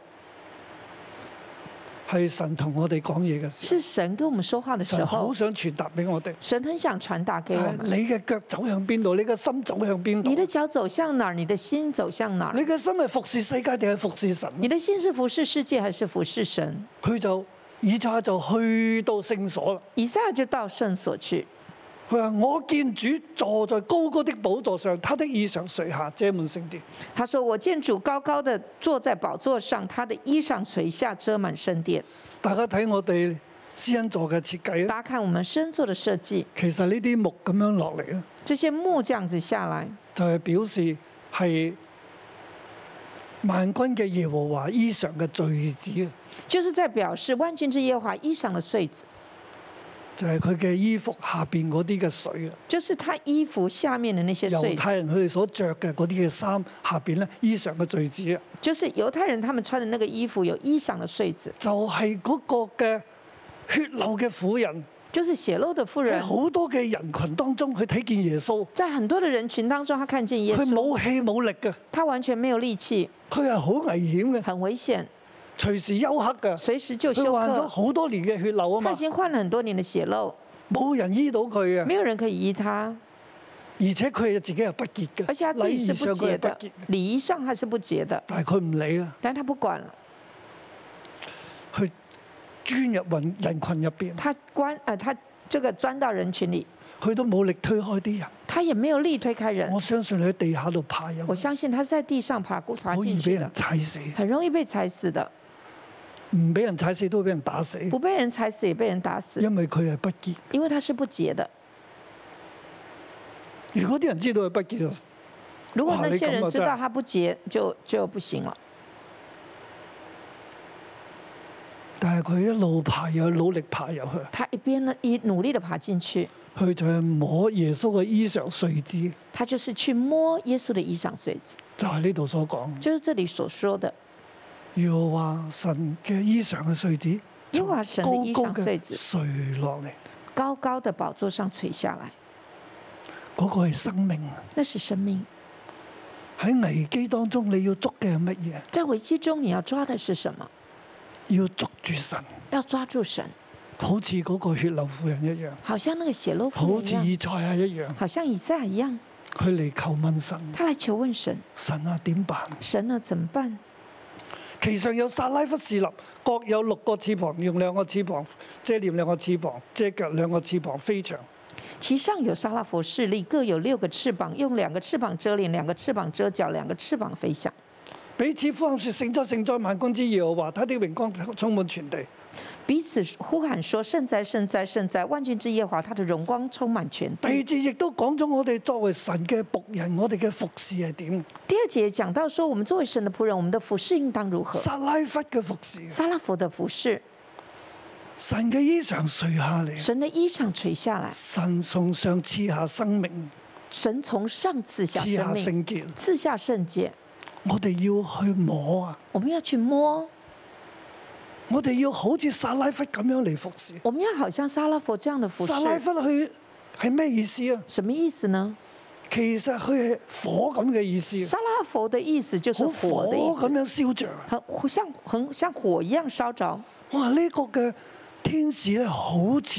Speaker 2: 係神同我哋講嘢嘅時
Speaker 3: 是神跟我们说话的
Speaker 2: 候，
Speaker 3: 时
Speaker 2: 神好
Speaker 3: 候，
Speaker 2: 想傳達俾我哋。
Speaker 3: 神很想传达给我
Speaker 2: 但係
Speaker 3: 们。
Speaker 2: 你嘅腳走向邊度？你嘅心走向邊度
Speaker 3: 你？的脚走向哪儿，你的心走向哪
Speaker 2: 你
Speaker 3: 儿。
Speaker 2: 嘅心係服侍世界定係服侍神？
Speaker 3: 你的心是服侍世界还是服侍神？
Speaker 2: 佢就以賽亞就去到聖所啦。
Speaker 3: 以赛亚就到圣所去。
Speaker 2: 佢話：我見主坐在高高的寶座上，他的衣裳垂下遮滿聖殿。
Speaker 3: 他说：“我见主高高的坐在宝座上，他的衣裳垂下，遮满圣殿。
Speaker 2: 大家睇我哋施恩座嘅設”計
Speaker 3: 大
Speaker 2: 啊，
Speaker 3: 家看我们深座的设计，
Speaker 2: 其實呢啲木咁樣落嚟咧，
Speaker 3: 这些木这样子下来，
Speaker 2: 就係、表示係萬軍嘅耶和華衣裳嘅罪子啊，
Speaker 3: 就是在表示万军之耶和华衣裳的穗子，
Speaker 2: 就係佢嘅衣服下邊嗰啲嘅水啊。
Speaker 3: 就是他衣服下面的那些穗
Speaker 2: 猶
Speaker 3: 子，
Speaker 2: 太人佢哋所着嘅嗰啲嘅衫下邊咧，衣裳嘅罪子啊。
Speaker 3: 就是犹太人他们穿的那个衣服有衣裳的穗子，
Speaker 2: 就係嗰個嘅血流嘅婦人
Speaker 3: 就是血肉的妇
Speaker 2: 喺
Speaker 3: 人，
Speaker 2: 好多嘅人群當中，佢睇見耶穌，
Speaker 3: 在很多的人群当中，他看见耶
Speaker 2: 佢
Speaker 3: 稣，
Speaker 2: 冇氣冇力嘅，
Speaker 3: 他完全没有力气，
Speaker 2: 佢係好危險嘅，
Speaker 3: 很危险，
Speaker 2: 隨時休克嘅。
Speaker 3: 随时就休
Speaker 2: 佢患咗
Speaker 3: 克。
Speaker 2: 好多年嘅血流啊
Speaker 3: 他
Speaker 2: 嘛，
Speaker 3: 已经患了很多年的血漏，
Speaker 2: 冇人醫到佢啊
Speaker 3: 没
Speaker 2: 嘅，
Speaker 3: 有人可以医他，
Speaker 2: 而且佢自己係不潔嘅，
Speaker 3: 而且他
Speaker 2: 禮
Speaker 3: 自
Speaker 2: 儀
Speaker 3: 己是
Speaker 2: 上
Speaker 3: 不
Speaker 2: 佢係
Speaker 3: 洁
Speaker 2: 不
Speaker 3: 的
Speaker 2: 潔嘅，，
Speaker 3: 礼仪上他是不洁的，
Speaker 2: 但係佢唔理啊，
Speaker 3: 但他不管了，
Speaker 2: 佢鑽入人人群入邊，
Speaker 3: 他关呃他这个钻到人群里，
Speaker 2: 佢都冇力推開啲人。
Speaker 3: 他也没有力推开人
Speaker 2: 我。相信佢喺地下度爬有
Speaker 3: 呃我，相信他是在地上爬过爬
Speaker 2: 好
Speaker 3: 进
Speaker 2: 易俾
Speaker 3: 去
Speaker 2: 人
Speaker 3: 的，
Speaker 2: 踩死，
Speaker 3: 很容易被踩死的，
Speaker 2: 唔俾人踩死都會俾人打死，
Speaker 3: 不被人踩死也被人打死，
Speaker 2: 因為佢係不潔。
Speaker 3: 因为他是不洁的。
Speaker 2: 如果啲人知道佢不潔，就
Speaker 3: 如果
Speaker 2: 哇
Speaker 3: 那
Speaker 2: 你
Speaker 3: 些
Speaker 2: 咁
Speaker 3: 人
Speaker 2: 啊
Speaker 3: 知
Speaker 2: 真係
Speaker 3: 道他不洁，就就不行了。
Speaker 2: 但係佢一路爬入去，努力爬入去，
Speaker 3: 他一边呢一努力的爬进去，
Speaker 2: 佢就係摸耶穌嘅衣裳碎枝，
Speaker 3: 他就是去摸耶穌的衣裳穗子，
Speaker 2: 就係呢度所講。
Speaker 3: 就是这里所说的。
Speaker 2: 要話神嘅衣裳嘅碎枝，
Speaker 3: 耶和華神嘅衣裳
Speaker 2: 高高嘅
Speaker 3: 穗子
Speaker 2: 垂落嚟，
Speaker 3: 高高的宝座上垂下来，
Speaker 2: 嗰、個係生命。
Speaker 3: 那是生命。
Speaker 2: 喺危機當中，你要捉嘅係乜嘢？
Speaker 3: 在危机中，你要抓的是什么？
Speaker 2: 要捉住神，
Speaker 3: 要抓住神，
Speaker 2: 好似嗰個血流婦人一樣，
Speaker 3: 好像那个血漏妇
Speaker 2: 好
Speaker 3: 人一
Speaker 2: 似
Speaker 3: 样，
Speaker 2: 以賽亞一樣，
Speaker 3: 好像以赛亚一样，
Speaker 2: 佢嚟求問神：
Speaker 3: 他来求问神，
Speaker 2: 神啊，點辦？
Speaker 3: 神呢怎么办？
Speaker 2: 其上有撒拉弗士林，各有六個翅膀，用兩個翅膀遮臉，兩個翅膀遮腳，兩個翅膀飛翔。
Speaker 3: 其上有沙拉佛势力，各有六个翅膀，用两个翅膀遮脸，两个翅膀遮脚，两个翅膀飞翔。
Speaker 2: 彼此呼喊說：聖哉聖哉，萬軍之耶和華，他的榮光充滿全地。
Speaker 3: 彼此呼喊说：“圣哉，圣哉，圣哉！万军之耶和华，他的荣光充满全
Speaker 2: 第二
Speaker 3: 地。
Speaker 2: 節亦都講咗我哋作為神嘅仆人，我哋嘅服侍係點？”
Speaker 3: 第二节讲到说，我们作为神的仆人，我们的服饰应当如何？
Speaker 2: 撒拉弗嘅服侍，
Speaker 3: 沙拉佛的服饰，
Speaker 2: 神嘅衣裳垂下嚟，
Speaker 3: 神的衣裳垂下来，
Speaker 2: 神從上賜下生命，
Speaker 3: 神从上赐下
Speaker 2: 賜
Speaker 3: 生
Speaker 2: 下
Speaker 3: 命，
Speaker 2: 聖潔。
Speaker 3: 赐下圣洁。
Speaker 2: 我哋要去摸啊！
Speaker 3: 我们要去摸，
Speaker 2: 我哋要好似撒拉弗咁樣嚟服侍。
Speaker 3: 我们要好像沙拉佛这样的服饰
Speaker 2: 撒，拉弗去係咩意思啊？
Speaker 3: 什么意思呢？
Speaker 2: 其實佢係火咁嘅意思，啊
Speaker 3: 沙拉佛的意思就是
Speaker 2: 好
Speaker 3: 哦火
Speaker 2: 火
Speaker 3: 的意
Speaker 2: 咁
Speaker 3: 思，
Speaker 2: 樣燒着。啊
Speaker 3: 很像很像火一样烧着。
Speaker 2: 哇！呢、個嘅天使咧，好似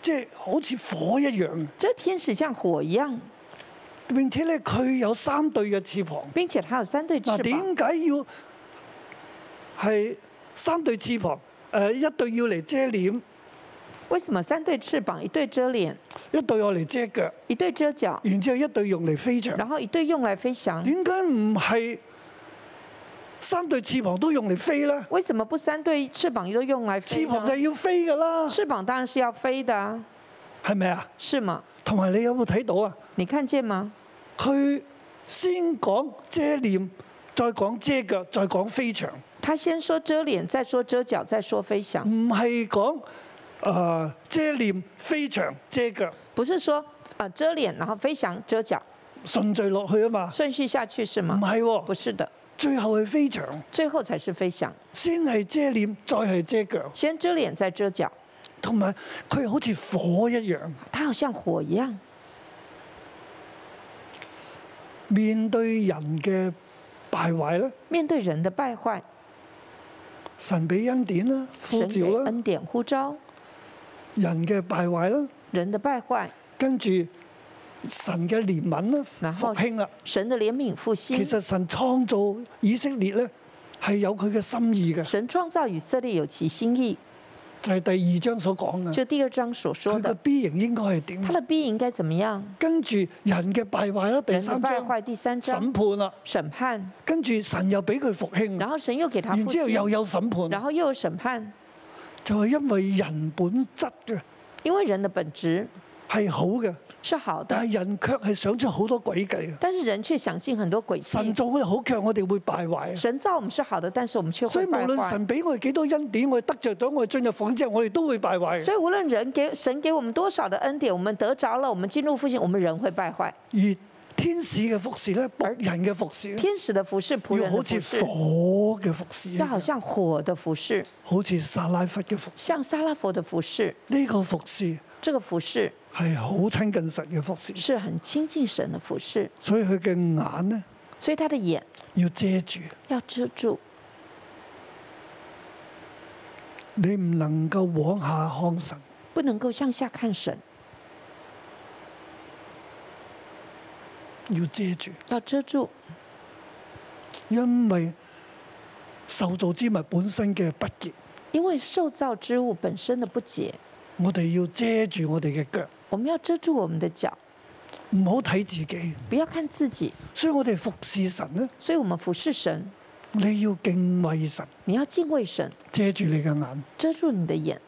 Speaker 2: 即係好似火一樣，
Speaker 3: 这天使像火一样，
Speaker 2: 並且咧佢有三對嘅翅膀。
Speaker 3: 并且它有三对翅
Speaker 2: 嗱，
Speaker 3: 膀。
Speaker 2: 點解要係三對翅膀？誒、一對要嚟遮臉，
Speaker 3: 为什么三对翅膀，一对遮脸，
Speaker 2: 一對用嚟遮腳，
Speaker 3: 一对遮脚，
Speaker 2: 然之後一對用嚟飛翔。
Speaker 3: 然后一对用来飞翔？
Speaker 2: 點解唔係三對翅膀都用嚟飛呢？
Speaker 3: 为什么不三对翅膀都用来飞
Speaker 2: 翅
Speaker 3: 呢？
Speaker 2: 膀就係要飛㗎啦，
Speaker 3: 翅膀当然是要飞的、啊，
Speaker 2: 係咪啊？
Speaker 3: 是吗？
Speaker 2: 同埋你有冇睇到啊？
Speaker 3: 你看见吗？
Speaker 2: 佢先講遮臉，再講遮腳，再講飛翔，
Speaker 3: 他先说遮脸，再说遮脚，再说飞翔，
Speaker 2: 唔係講誒遮臉、飛翔、遮腳，
Speaker 3: 不是说呃遮脸，然后飞翔遮脚，
Speaker 2: 順序落去啊嘛。
Speaker 3: 顺序下去是
Speaker 2: 唔
Speaker 3: 吗？
Speaker 2: 係
Speaker 3: 嗯不
Speaker 2: 喎，
Speaker 3: 是的，
Speaker 2: 最後係飛翔，
Speaker 3: 最后才是飞翔，
Speaker 2: 先係遮臉，再係遮腳，
Speaker 3: 先遮脸再遮脚，
Speaker 2: 同埋佢好似火一樣。
Speaker 3: 它好像火一样，
Speaker 2: 面對人嘅敗壞咧，
Speaker 3: 面对人的败坏，
Speaker 2: 神俾恩典啦、呼
Speaker 3: 神
Speaker 2: 召
Speaker 3: 给
Speaker 2: 啦，
Speaker 3: 恩典呼召，
Speaker 2: 人嘅敗壞啦，
Speaker 3: 人的败坏，
Speaker 2: 跟住神嘅憐憫啦、
Speaker 3: 然後
Speaker 2: 復興啦。
Speaker 3: 神的怜悯复兴
Speaker 2: 其。實神創造以色列咧係有佢嘅心意嘅，
Speaker 3: 神创造以色列有其心意，
Speaker 2: 就係、第二章所講嘅。
Speaker 3: 就第二章所说
Speaker 2: 佢嘅
Speaker 3: 的，
Speaker 2: B 型應該係
Speaker 3: 他
Speaker 2: 點？
Speaker 3: 的逼应该怎么样？
Speaker 2: 跟住人嘅敗壞啦，第
Speaker 3: 人的
Speaker 2: 三
Speaker 3: 败
Speaker 2: 章
Speaker 3: 坏，第三章
Speaker 2: 審判啦，
Speaker 3: 审判，
Speaker 2: 跟住神又俾佢復興，
Speaker 3: 然后神又给他
Speaker 2: 然
Speaker 3: 复
Speaker 2: 之後又
Speaker 3: 兴，
Speaker 2: 有審
Speaker 3: 然
Speaker 2: 判，
Speaker 3: 后又有审判，
Speaker 2: 就係因為人本質嘅
Speaker 3: 因为人的本质
Speaker 2: 係好嘅，
Speaker 3: 是好的，
Speaker 2: 但係人卻係想出好多詭計嘅。
Speaker 3: 但是人却想尽很多诡
Speaker 2: 神
Speaker 3: 计。
Speaker 2: 造我哋好強，我哋會敗壞。
Speaker 3: 神造我们是好的，但是我们却
Speaker 2: 所以
Speaker 3: 会
Speaker 2: 無
Speaker 3: 败
Speaker 2: 論
Speaker 3: 坏。
Speaker 2: 神俾我哋幾多恩典，我哋得着咗，我哋進入房之後，我哋都會敗壞。
Speaker 3: 所以无论人给神给我们多少的恩典，我们得着了，我们进入复兴，我们人会败坏。
Speaker 2: 而天使嘅服侍咧，仆人嘅服侍呢
Speaker 3: 天使的服饰，仆
Speaker 2: 要
Speaker 3: 人
Speaker 2: 好
Speaker 3: 的服
Speaker 2: 似
Speaker 3: 饰，
Speaker 2: 火嘅服侍一
Speaker 3: 要好
Speaker 2: 樣，
Speaker 3: 像火的服饰，
Speaker 2: 好似撒拉弗嘅服侍。
Speaker 3: 像沙拉佛的服饰。
Speaker 2: 呢、個服侍
Speaker 3: 这个服饰
Speaker 2: 係好親近神嘅服侍，
Speaker 3: 是很亲近神的服饰，
Speaker 2: 所以佢嘅眼咧
Speaker 3: 所以他的眼
Speaker 2: 要遮住，
Speaker 3: 要遮住，
Speaker 2: 你唔能夠往下看神。
Speaker 3: 不能够向下看神，
Speaker 2: 要遮住，
Speaker 3: 要遮住，
Speaker 2: 因為受造之物本身嘅不潔，
Speaker 3: 因为受造之物本身的不洁，
Speaker 2: 我哋要遮住我哋嘅腳，
Speaker 3: 我们要遮住我们的脚，
Speaker 2: 唔好睇自己。
Speaker 3: 不要看自己。
Speaker 2: 所以我哋服侍神咧，
Speaker 3: 所以我们服侍神，
Speaker 2: 你要敬畏神，
Speaker 3: 你要敬畏神，
Speaker 2: 遮住你嘅眼，
Speaker 3: 遮住你的眼，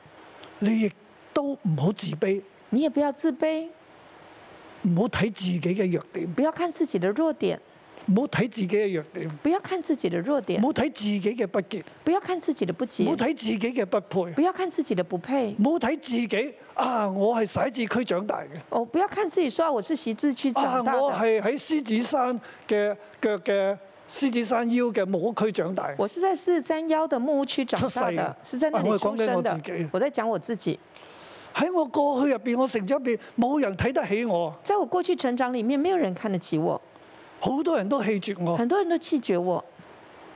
Speaker 2: 你亦都唔好自卑，
Speaker 3: 你也不要自卑，
Speaker 2: 唔好睇自己嘅弱點，
Speaker 3: 不要看自己的弱点，
Speaker 2: 唔好睇自己嘅弱點，
Speaker 3: 不要看自己的弱点
Speaker 2: 唔，好睇自己嘅不潔，
Speaker 3: 不要看自己的不
Speaker 2: 唔
Speaker 3: 洁
Speaker 2: 好，睇自己嘅不配，
Speaker 3: 不要看自己的不配。
Speaker 2: 唔好睇自己啊！我係徙置區長大嘅，
Speaker 3: 哦，不要看自己说啊我是习字区
Speaker 2: 啊！
Speaker 3: 长大
Speaker 2: 我
Speaker 3: 的，
Speaker 2: 係喺獅子山嘅腳嘅獅子山腰嘅木屋區長大，
Speaker 3: 我是在四三幺的木屋区长大
Speaker 2: 出世
Speaker 3: 的
Speaker 2: 的，
Speaker 3: 是在那
Speaker 2: 啊我
Speaker 3: 里
Speaker 2: 也光
Speaker 3: 出
Speaker 2: 跟
Speaker 3: 生
Speaker 2: 我
Speaker 3: 的
Speaker 2: 自己。
Speaker 3: 我在讲我自己，
Speaker 2: 喺我過去入邊，我成長入邊冇人睇得起我，
Speaker 3: 在我过去成长里面，没有人看得起我，
Speaker 2: 好多人都棄絕我。
Speaker 3: 很多人都弃 绝我。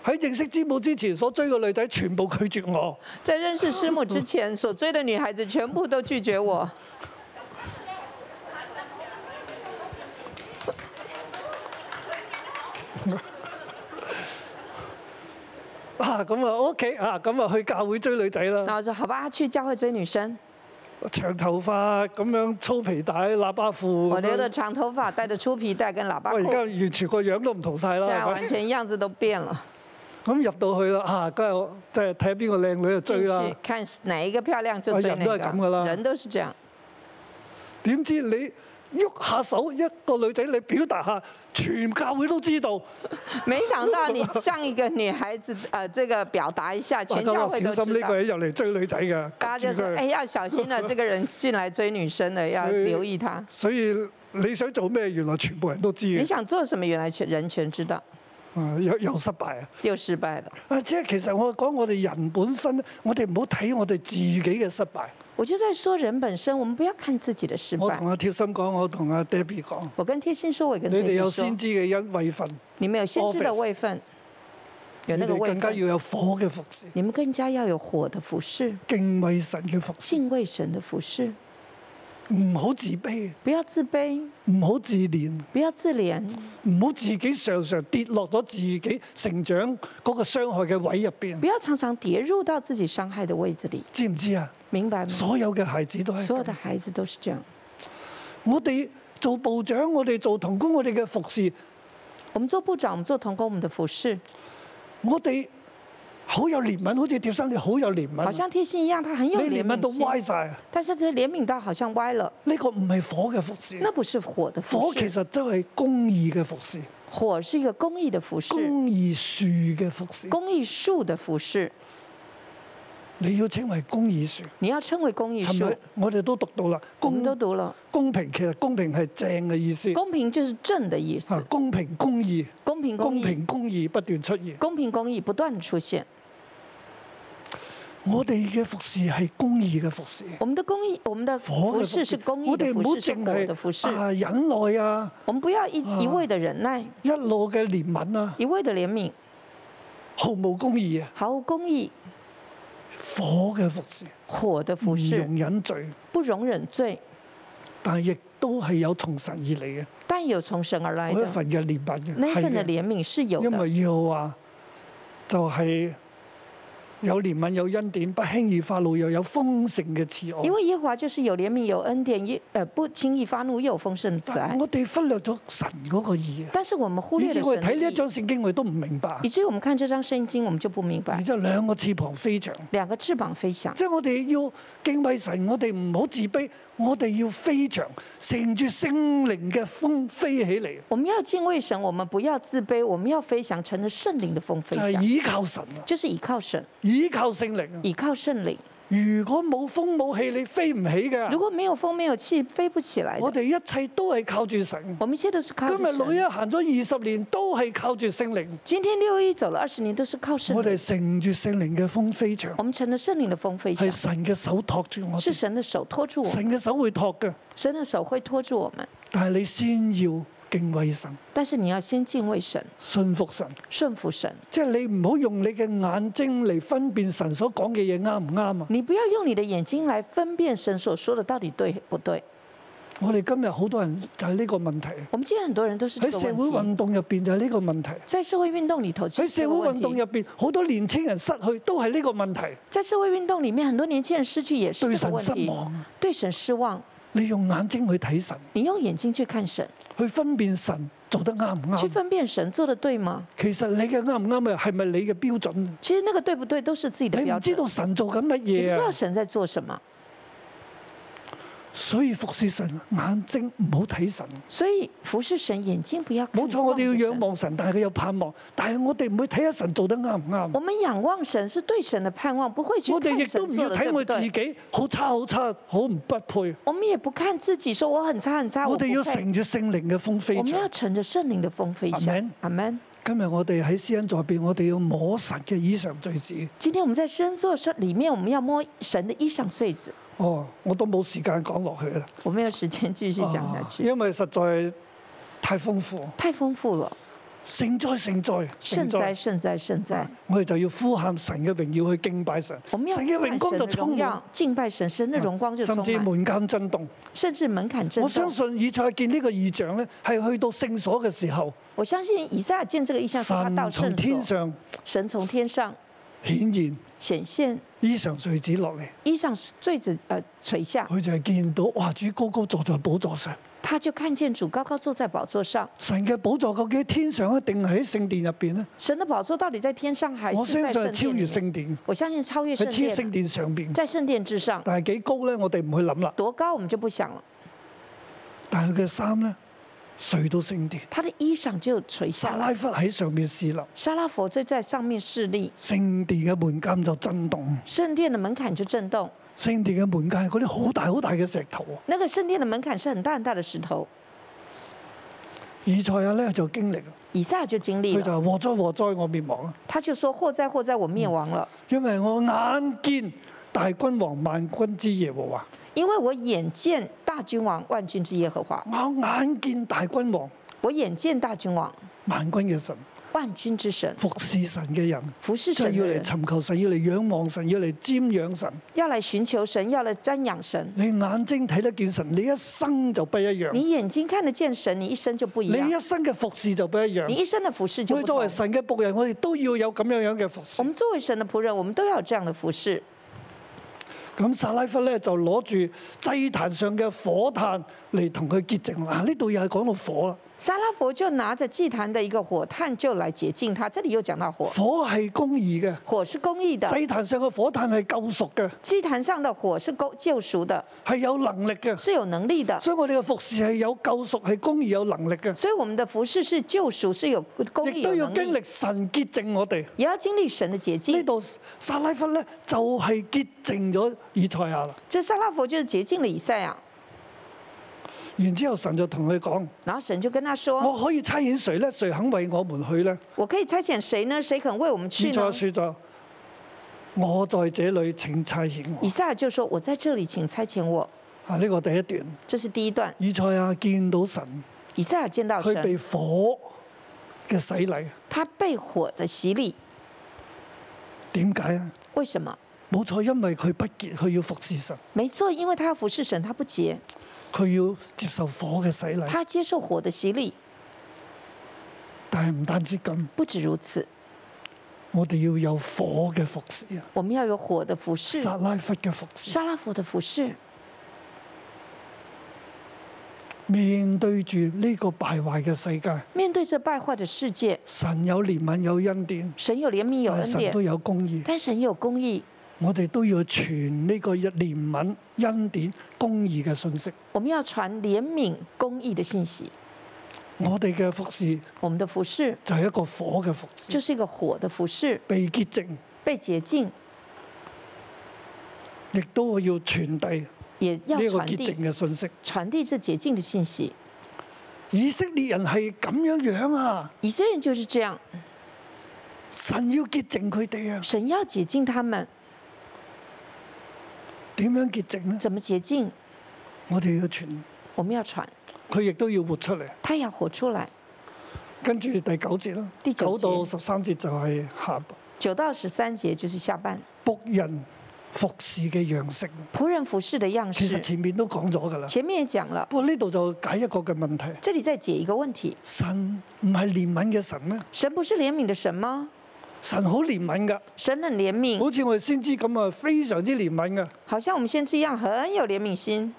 Speaker 2: 喺認識之母之前所追嘅女仔全部拒絕我，
Speaker 3: 在认识师母之前，所追的女孩子全部都拒 绝我。
Speaker 2: 啊咁啊 OK 啊咁啊去教會追女仔
Speaker 3: 然
Speaker 2: 啦，
Speaker 3: 后我说好吧，去教会追女生。啊
Speaker 2: 長頭髮咁樣粗皮帶喇叭褲
Speaker 3: 我
Speaker 2: 咁
Speaker 3: 留着
Speaker 2: 樣，
Speaker 3: 长头发，戴着粗皮带跟喇叭
Speaker 2: 喂而家
Speaker 3: 裤，
Speaker 2: 完全個樣都唔同晒
Speaker 3: 现
Speaker 2: 啦，
Speaker 3: 在完
Speaker 2: 係咪？
Speaker 3: 全样子都变了。
Speaker 2: 咁入到去啦，啊梗係即係睇下邊個靚女就追
Speaker 3: 进
Speaker 2: 啦
Speaker 3: 去，看哪一个漂亮就
Speaker 2: 啊
Speaker 3: 追
Speaker 2: 人
Speaker 3: 哪
Speaker 2: 都
Speaker 3: 个，
Speaker 2: 係咁㗎啦
Speaker 3: 人都是这样。
Speaker 2: 點知你喐下手一個女仔你表達下，全教會都知道，
Speaker 3: 没想到你向一个女孩子，呃，这个表达一下，
Speaker 2: 哇
Speaker 3: 全
Speaker 2: 咁
Speaker 3: 教
Speaker 2: 啊
Speaker 3: 會
Speaker 2: 小
Speaker 3: 都
Speaker 2: 心
Speaker 3: 知
Speaker 2: 呢
Speaker 3: 道
Speaker 2: 個。人入嚟追女仔嘅，
Speaker 3: 大家
Speaker 2: 跟
Speaker 3: 就
Speaker 2: 住
Speaker 3: 说：“哎，
Speaker 2: 佢，
Speaker 3: 要小心了，这个人进来追女生的，要
Speaker 2: 所以
Speaker 3: 留意他。
Speaker 2: 所以你想做咩，原來全部人都知
Speaker 3: 你
Speaker 2: 嘅，
Speaker 3: 想做什么，原来全人全知道，
Speaker 2: 啊又又失敗啊！
Speaker 3: 又失败了。
Speaker 2: 啊，即係其實我講我哋人本身，我哋唔好睇我哋自己嘅失敗。
Speaker 3: 我就在说人本身，我们不要看自己的失
Speaker 2: 我
Speaker 3: 败
Speaker 2: 同。阿貼心講，我同阿 Debbie 講，
Speaker 3: 我跟贴心说，我也跟
Speaker 2: 你哋
Speaker 3: 贴
Speaker 2: 有
Speaker 3: 心说
Speaker 2: 先，知嘅恩位份，
Speaker 3: 你们有先知的
Speaker 2: office
Speaker 3: 位份，
Speaker 2: 你
Speaker 3: 有那个
Speaker 2: 哋
Speaker 3: 位
Speaker 2: 更加
Speaker 3: 份，
Speaker 2: 要有火嘅服侍，
Speaker 3: 你们更加要有火的服饰，
Speaker 2: 敬畏神嘅服侍。
Speaker 3: 敬畏神的服饰。
Speaker 2: 唔好自卑，
Speaker 3: 不要自卑，
Speaker 2: 唔好自憐，
Speaker 3: 不要自憐，
Speaker 2: 唔好自己常常跌落咗自己成長嗰個傷害嘅位入邊
Speaker 3: 不。要常常跌入到自己伤害的位置里，
Speaker 2: 知唔知啊？
Speaker 3: 明白吗？
Speaker 2: 所有嘅孩子都係
Speaker 3: 所有的
Speaker 2: 咁。
Speaker 3: 孩子都是这样。
Speaker 2: 我哋做部長，我哋做童工，我哋嘅服侍，
Speaker 3: 我们做部长，我们做童工，我们的服饰
Speaker 2: 我哋好有憐憫，好似貼心，你好有憐
Speaker 3: 好
Speaker 2: 憫，啊
Speaker 3: 像贴心一样，他很有
Speaker 2: 哎你
Speaker 3: 怜
Speaker 2: 憐憫到
Speaker 3: 悯
Speaker 2: 歪
Speaker 3: 心，
Speaker 2: 晒啊！
Speaker 3: 但是他怜悯到好像歪了，
Speaker 2: 呢個唔係火嘅服侍，
Speaker 3: 那不是火的
Speaker 2: 火
Speaker 3: 服
Speaker 2: 其
Speaker 3: 饰，
Speaker 2: 實都係公義嘅服侍，
Speaker 3: 火是一个公益的服饰，
Speaker 2: 公義樹嘅服侍，
Speaker 3: 公益树的服饰，
Speaker 2: 你要稱為公義樹。
Speaker 3: 你要称为公益
Speaker 2: 尋
Speaker 3: 树
Speaker 2: 日。我哋都讀到啦，
Speaker 3: 我
Speaker 2: 公
Speaker 3: 们都读了，
Speaker 2: 公平其實公平係正嘅意思，
Speaker 3: 公平就是正的意
Speaker 2: 啊
Speaker 3: 思，
Speaker 2: 公平公義，
Speaker 3: 公平公
Speaker 2: 公
Speaker 3: 益，
Speaker 2: 平公義不斷出現。
Speaker 3: 公平公益不断的出现。
Speaker 2: 我哋嘅服侍係公義嘅服侍，
Speaker 3: 我们的公益，我们
Speaker 2: 火
Speaker 3: 的服
Speaker 2: 嘅服
Speaker 3: 饰是
Speaker 2: 侍。
Speaker 3: 公益
Speaker 2: 我
Speaker 3: 的
Speaker 2: 哋唔好
Speaker 3: 服饰，是
Speaker 2: 淨
Speaker 3: 火的服饰
Speaker 2: 係。啊忍耐啊，
Speaker 3: 我们不要一一味的忍耐，
Speaker 2: 一路嘅憐憫啊，
Speaker 3: 一味的怜悯，
Speaker 2: 毫無公義啊，
Speaker 3: 毫无公益，
Speaker 2: 火嘅服侍，
Speaker 3: 火的
Speaker 2: 唔
Speaker 3: 服饰，
Speaker 2: 容忍罪，
Speaker 3: 不容忍罪，
Speaker 2: 但係亦都係有從神而嚟嘅。
Speaker 3: 但有从神而来
Speaker 2: 嗰一
Speaker 3: 的
Speaker 2: 份嘅憐憫
Speaker 3: 那
Speaker 2: 嘅，
Speaker 3: 一份的
Speaker 2: 係嘅，
Speaker 3: 怜悯是有
Speaker 2: 因
Speaker 3: 的，
Speaker 2: 為耶和華就係有憐憫有恩典，不輕易發怒，又有豐盛嘅慈愛
Speaker 3: 因。为耶和华就是有怜悯、有恩典，也呃不轻易发怒，又有丰盛的慈爱
Speaker 2: 但。我哋忽略咗神嗰個義啊，
Speaker 3: 但是我们忽略
Speaker 2: 以
Speaker 3: 了
Speaker 2: 至
Speaker 3: 神
Speaker 2: 我哋
Speaker 3: 的
Speaker 2: 睇呢一
Speaker 3: 意
Speaker 2: 章聖經，我哋都唔明白
Speaker 3: 以。至于我们看这张圣经，我们就不明白
Speaker 2: 然。之後兩個翅膀飛翔，
Speaker 3: 两个翅膀飞翔，
Speaker 2: 即係我哋要敬畏神，我哋唔好自卑，我哋要飛翔，乘住聖靈嘅風飛起嚟，
Speaker 3: 我们要敬畏神，我们不要自卑，我们要飞翔，乘着圣灵的风飞
Speaker 2: 就係
Speaker 3: 翔，
Speaker 2: 倚靠神啊，
Speaker 3: 就是依靠神，
Speaker 2: 倚靠聖靈啊。
Speaker 3: 依靠圣灵。
Speaker 2: 如果冇風冇氣，你飛唔起
Speaker 3: 如
Speaker 2: 㗎。
Speaker 3: 果没有风没有气，飞不起来
Speaker 2: 啊
Speaker 3: 的。
Speaker 2: 我哋一切都係靠住神。
Speaker 3: 我们一切都是靠着
Speaker 2: 今日六一
Speaker 3: 神。
Speaker 2: 行咗二十年，都係靠住聖靈。
Speaker 3: 今天六一走了二十年，都是靠神
Speaker 2: 我
Speaker 3: 的
Speaker 2: 哋。乘住聖靈嘅風飛翔
Speaker 3: 我，们乘着圣灵的风飞
Speaker 2: 係
Speaker 3: 翔，
Speaker 2: 神嘅手托住我
Speaker 3: 是
Speaker 2: 哋。
Speaker 3: 神的手托住我们，
Speaker 2: 神嘅手會托嘅，
Speaker 3: 神的手会托住我们。
Speaker 2: 但係你先要敬畏神、
Speaker 3: 但是你要先敬畏神，
Speaker 2: 信服神。
Speaker 3: 顺服神。
Speaker 2: 即係你唔好用你嘅眼睛嚟分辨神所講嘅嘢啱唔啱啊！
Speaker 3: 你不要用你的眼睛来分辨神所说的到底对不对。
Speaker 2: 我哋今日好多人就係呢個問題，
Speaker 3: 我們今天很多人都是
Speaker 2: 喺
Speaker 3: 这个
Speaker 2: 社會
Speaker 3: 问题，
Speaker 2: 運動入邊就係呢個問題，
Speaker 3: 在社会运动里头，
Speaker 2: 喺社會運動
Speaker 3: 动
Speaker 2: 入邊好多年青人失去都係呢個問題，
Speaker 3: 在社会运动里面，很多年轻人失去也是
Speaker 2: 對
Speaker 3: 这个
Speaker 2: 神
Speaker 3: 问
Speaker 2: 失
Speaker 3: 题，
Speaker 2: 望啊。
Speaker 3: 对神失望。
Speaker 2: 你用眼睛去睇神，
Speaker 3: 你用眼睛去看神，
Speaker 2: 去分辨神做得啱唔
Speaker 3: 去
Speaker 2: 啱。
Speaker 3: 分辨神做的对吗？
Speaker 2: 其實你嘅啱唔啱啊，係咪你嘅標準啊？
Speaker 3: 其实那个对不对都是自己的
Speaker 2: 你
Speaker 3: 标
Speaker 2: 哎唔知
Speaker 3: 准。
Speaker 2: 道啊神做緊乜
Speaker 3: 你不知
Speaker 2: 嘢
Speaker 3: 道
Speaker 2: 啊，
Speaker 3: 神在做什么，
Speaker 2: 所以服侍神眼睛唔好睇神。
Speaker 3: 所以服侍神眼睛不要看
Speaker 2: 冇錯，我哋要
Speaker 3: 望着
Speaker 2: 仰
Speaker 3: 神。
Speaker 2: 望神，但係佢有盼望，但係我哋唔會睇下神做得啱唔
Speaker 3: 我
Speaker 2: 啱。
Speaker 3: 们仰望神是对神的盼望，不会去
Speaker 2: 我
Speaker 3: 看
Speaker 2: 哋亦
Speaker 3: 神
Speaker 2: 都唔
Speaker 3: 做
Speaker 2: 要
Speaker 3: 的
Speaker 2: 睇
Speaker 3: 对
Speaker 2: 我
Speaker 3: 不
Speaker 2: 自
Speaker 3: 对。
Speaker 2: 己好差好差，好唔不配。
Speaker 3: 我们也不看自己，说我很差很差，
Speaker 2: 我哋要
Speaker 3: 不配
Speaker 2: 乘住聖靈嘅風飛
Speaker 3: 我们要
Speaker 2: 翔。
Speaker 3: 乘着圣灵的风飞
Speaker 2: 阿
Speaker 3: 翔
Speaker 2: 们。
Speaker 3: 阿门。
Speaker 2: 今日我哋喺施恩座入邊，我哋要摸神嘅衣裳最子。
Speaker 3: 今天我们在深座上里面，我们要摸神的衣裳穗子。
Speaker 2: 哦，我都冇時間講落去啦，
Speaker 3: 我没有时间继续讲下
Speaker 2: 哦
Speaker 3: 去，
Speaker 2: 因為實在太豐富。
Speaker 3: 太丰富了。
Speaker 2: 聖哉，聖哉，
Speaker 3: 圣
Speaker 2: 聖
Speaker 3: 哉，
Speaker 2: 哉！
Speaker 3: 圣哉，圣哉！
Speaker 2: 我哋就要呼喊神嘅榮耀去敬拜神，
Speaker 3: 我
Speaker 2: 神
Speaker 3: 们要
Speaker 2: 嘅榮光就
Speaker 3: 敬拜神的
Speaker 2: 充
Speaker 3: 荣
Speaker 2: 滿
Speaker 3: 耀，，敬拜神，神的荣光就充
Speaker 2: 甚至
Speaker 3: 满，
Speaker 2: 門檻震動。
Speaker 3: 甚至门槛震
Speaker 2: 我相
Speaker 3: 动。
Speaker 2: 信以賽見呢個異象咧，係去到聖所嘅時候，
Speaker 3: 我相信以赛亚见这个意象，是他到
Speaker 2: 神從
Speaker 3: 圣
Speaker 2: 天
Speaker 3: 所，
Speaker 2: 上
Speaker 3: 神从天上
Speaker 2: 顯現
Speaker 3: 显现，
Speaker 2: 衣裳穗子落嚟，
Speaker 3: 衣裳坠子呃垂下，
Speaker 2: 佢就係見到哇！主高高坐在寶座上，
Speaker 3: 他就看见主高高坐在宝座上。
Speaker 2: 神嘅寶座究竟喺天上一定喺聖殿入邊咧？
Speaker 3: 神的宝座到底在天上还
Speaker 2: 我
Speaker 3: 是
Speaker 2: 相
Speaker 3: 在
Speaker 2: 信係
Speaker 3: 圣
Speaker 2: 超
Speaker 3: 殿里
Speaker 2: 越
Speaker 3: 面？
Speaker 2: 聖殿，
Speaker 3: 我相信超越
Speaker 2: 喺
Speaker 3: 圣
Speaker 2: 超越
Speaker 3: 殿
Speaker 2: 聖
Speaker 3: 了，
Speaker 2: 殿上邊，
Speaker 3: 在聖殿之上，
Speaker 2: 但係幾高咧？我哋唔去諗啦。
Speaker 3: 多高我们就不想了。
Speaker 2: 但係佢嘅衫咧，垂到聖殿。
Speaker 3: 他的衣裳就垂下
Speaker 2: 撒
Speaker 3: 来。
Speaker 2: 拉弗喺上面侍立，
Speaker 3: 沙拉佛就在上面侍立，
Speaker 2: 聖殿嘅門檻就震動。
Speaker 3: 圣殿的門檻就震動。
Speaker 2: 聖殿嘅門檻係嗰啲好大好大嘅石頭啊！
Speaker 3: 那个圣殿的門檻是很大很大的石頭。
Speaker 2: 以賽亞咧就經歷，
Speaker 3: 以撒就經歷
Speaker 2: 佢就
Speaker 3: 了，
Speaker 2: 話禍災禍災，我滅亡啊！
Speaker 3: 他就說：禍哉禍哉，我滅亡了，
Speaker 2: 因為我眼見大君王萬軍之耶和華，
Speaker 3: 因為我眼見大君王萬軍之耶和華，
Speaker 2: 我眼見大君王
Speaker 3: 我眼見大君王
Speaker 2: 萬軍嘅神，
Speaker 3: 万军之神，
Speaker 2: 服侍神嘅人，
Speaker 3: 服侍
Speaker 2: 即係
Speaker 3: 神
Speaker 2: 要
Speaker 3: 的
Speaker 2: 嚟
Speaker 3: 人，
Speaker 2: 尋求神，要嚟仰望神，要嚟瞻仰神。
Speaker 3: 要来寻求神，要来瞻仰神。
Speaker 2: 你眼睛睇得見神，你一生就不一樣。
Speaker 3: 你眼睛看得见神，你一生就不一
Speaker 2: 你
Speaker 3: 样，
Speaker 2: 一生嘅服侍就不一
Speaker 3: 你
Speaker 2: 樣。
Speaker 3: 一生的服侍就
Speaker 2: 我
Speaker 3: 不
Speaker 2: 哋作
Speaker 3: 同
Speaker 2: 為。神嘅仆人，我哋都要有咁樣樣嘅服侍
Speaker 3: 我。们作为神的仆人，我们都要有这样的服侍。
Speaker 2: 咁撒拉弗咧就攞住祭壇上嘅火炭嚟同佢潔淨啦。啊呢度又係講到火啦，
Speaker 3: 撒拉佛就拿着祭坛的一个火炭就来洁净他。这里又讲到火，
Speaker 2: 火係公義嘅，
Speaker 3: 火是公义的，
Speaker 2: 祭壇上嘅火炭係救贖嘅，
Speaker 3: 祭坛上的火是公救赎的，
Speaker 2: 係有能力嘅。
Speaker 3: 是有能力的。
Speaker 2: 所以我哋嘅服侍係有救贖，係公義有能力嘅，
Speaker 3: 所以我们的服侍是救赎，是有公义
Speaker 2: 亦
Speaker 3: 有
Speaker 2: 都要
Speaker 3: 能
Speaker 2: 經
Speaker 3: 力，
Speaker 2: 歷神潔淨我哋。
Speaker 3: 也要经历神的洁
Speaker 2: 呢
Speaker 3: 净。
Speaker 2: 度撒拉弗咧就係潔淨咗以賽亞啦。
Speaker 3: 这撒拉佛就是洁净了以赛亚，
Speaker 2: 然之後神就同佢講：
Speaker 3: 然后神就跟他说
Speaker 2: 我可以差遣誰咧？誰肯為我們去咧？：“
Speaker 3: 我可以差遣谁呢？谁肯为我们去
Speaker 2: 以賽亞
Speaker 3: 呢
Speaker 2: 說就：我在這裏請差遣？”
Speaker 3: 以
Speaker 2: 我。
Speaker 3: 赛亚就说：“我在这里，请差遣我。
Speaker 2: 啊，呢個第一段。”
Speaker 3: 这是第一段。
Speaker 2: 以賽亞見到神，
Speaker 3: 以赛亚见到
Speaker 2: 佢
Speaker 3: 神，
Speaker 2: 被火嘅洗禮，
Speaker 3: 他被火的洗礼，
Speaker 2: 點解啊？
Speaker 3: 为什么？
Speaker 2: 冇錯，因為佢不潔，佢要服侍神，
Speaker 3: 没错，因为他要服侍神，他不洁，
Speaker 2: 佢要接受火嘅洗禮。
Speaker 3: 他接受火的洗礼。
Speaker 2: 但係唔單止咁，
Speaker 3: 不止如此，
Speaker 2: 我哋要有火嘅服侍啊，
Speaker 3: 我们要有火的服侍，
Speaker 2: 撒拉弗嘅服侍，
Speaker 3: 沙拉佛的服侍。
Speaker 2: 面對住呢個敗壞嘅世界，
Speaker 3: 面对这败坏的世界，
Speaker 2: 神有憐憫有恩典，
Speaker 3: 神有怜悯，有
Speaker 2: 但係
Speaker 3: 恩
Speaker 2: 哎神
Speaker 3: 典
Speaker 2: 都，有公義。
Speaker 3: 但神也有公义。
Speaker 2: 我哋都要傳呢個憐憫、恩典、公義嘅信息。
Speaker 3: 我们要传怜悯、公义的信息。
Speaker 2: 我哋嘅服侍
Speaker 3: 我们的服侍
Speaker 2: 就係一個火嘅服
Speaker 3: 就
Speaker 2: 侍，
Speaker 3: 是一个火的服侍，
Speaker 2: 被潔淨。
Speaker 3: 被洁净，
Speaker 2: 亦都要傳遞
Speaker 3: 也要
Speaker 2: 呢一個
Speaker 3: 传
Speaker 2: 潔淨
Speaker 3: 递
Speaker 2: 嘅信息。
Speaker 3: 传递这洁净的信息。
Speaker 2: 以色列人係咁樣樣啊，
Speaker 3: 以色列人就是这样，
Speaker 2: 神要潔淨佢哋啊，
Speaker 3: 神要洁净他们，
Speaker 2: 點樣潔淨呢？
Speaker 3: 怎么洁净？
Speaker 2: 我哋要傳，
Speaker 3: 我们要传，
Speaker 2: 佢亦都要活出嚟。
Speaker 3: 他要活出来。
Speaker 2: 跟住第九節啦，
Speaker 3: 第
Speaker 2: 九
Speaker 3: 九節
Speaker 2: 到十三節就係下
Speaker 3: 九到十三节就是下半，
Speaker 2: 仆人服侍嘅樣式。
Speaker 3: 仆人服侍的样
Speaker 2: 其實
Speaker 3: 式。
Speaker 2: 前面都講咗㗎啦，
Speaker 3: 前面也讲了，
Speaker 2: 不過呢度就解一個嘅問題：
Speaker 3: 这里再解一个问题：
Speaker 2: 神唔係憐憫嘅神咩？
Speaker 3: 神不是怜悯的神吗？
Speaker 2: 神好憐憫㗎，
Speaker 3: 神很怜悯，
Speaker 2: 好似我哋先知咁啊，非常之憐憫㗎。
Speaker 3: 好像我们先知一样，很有怜悯心。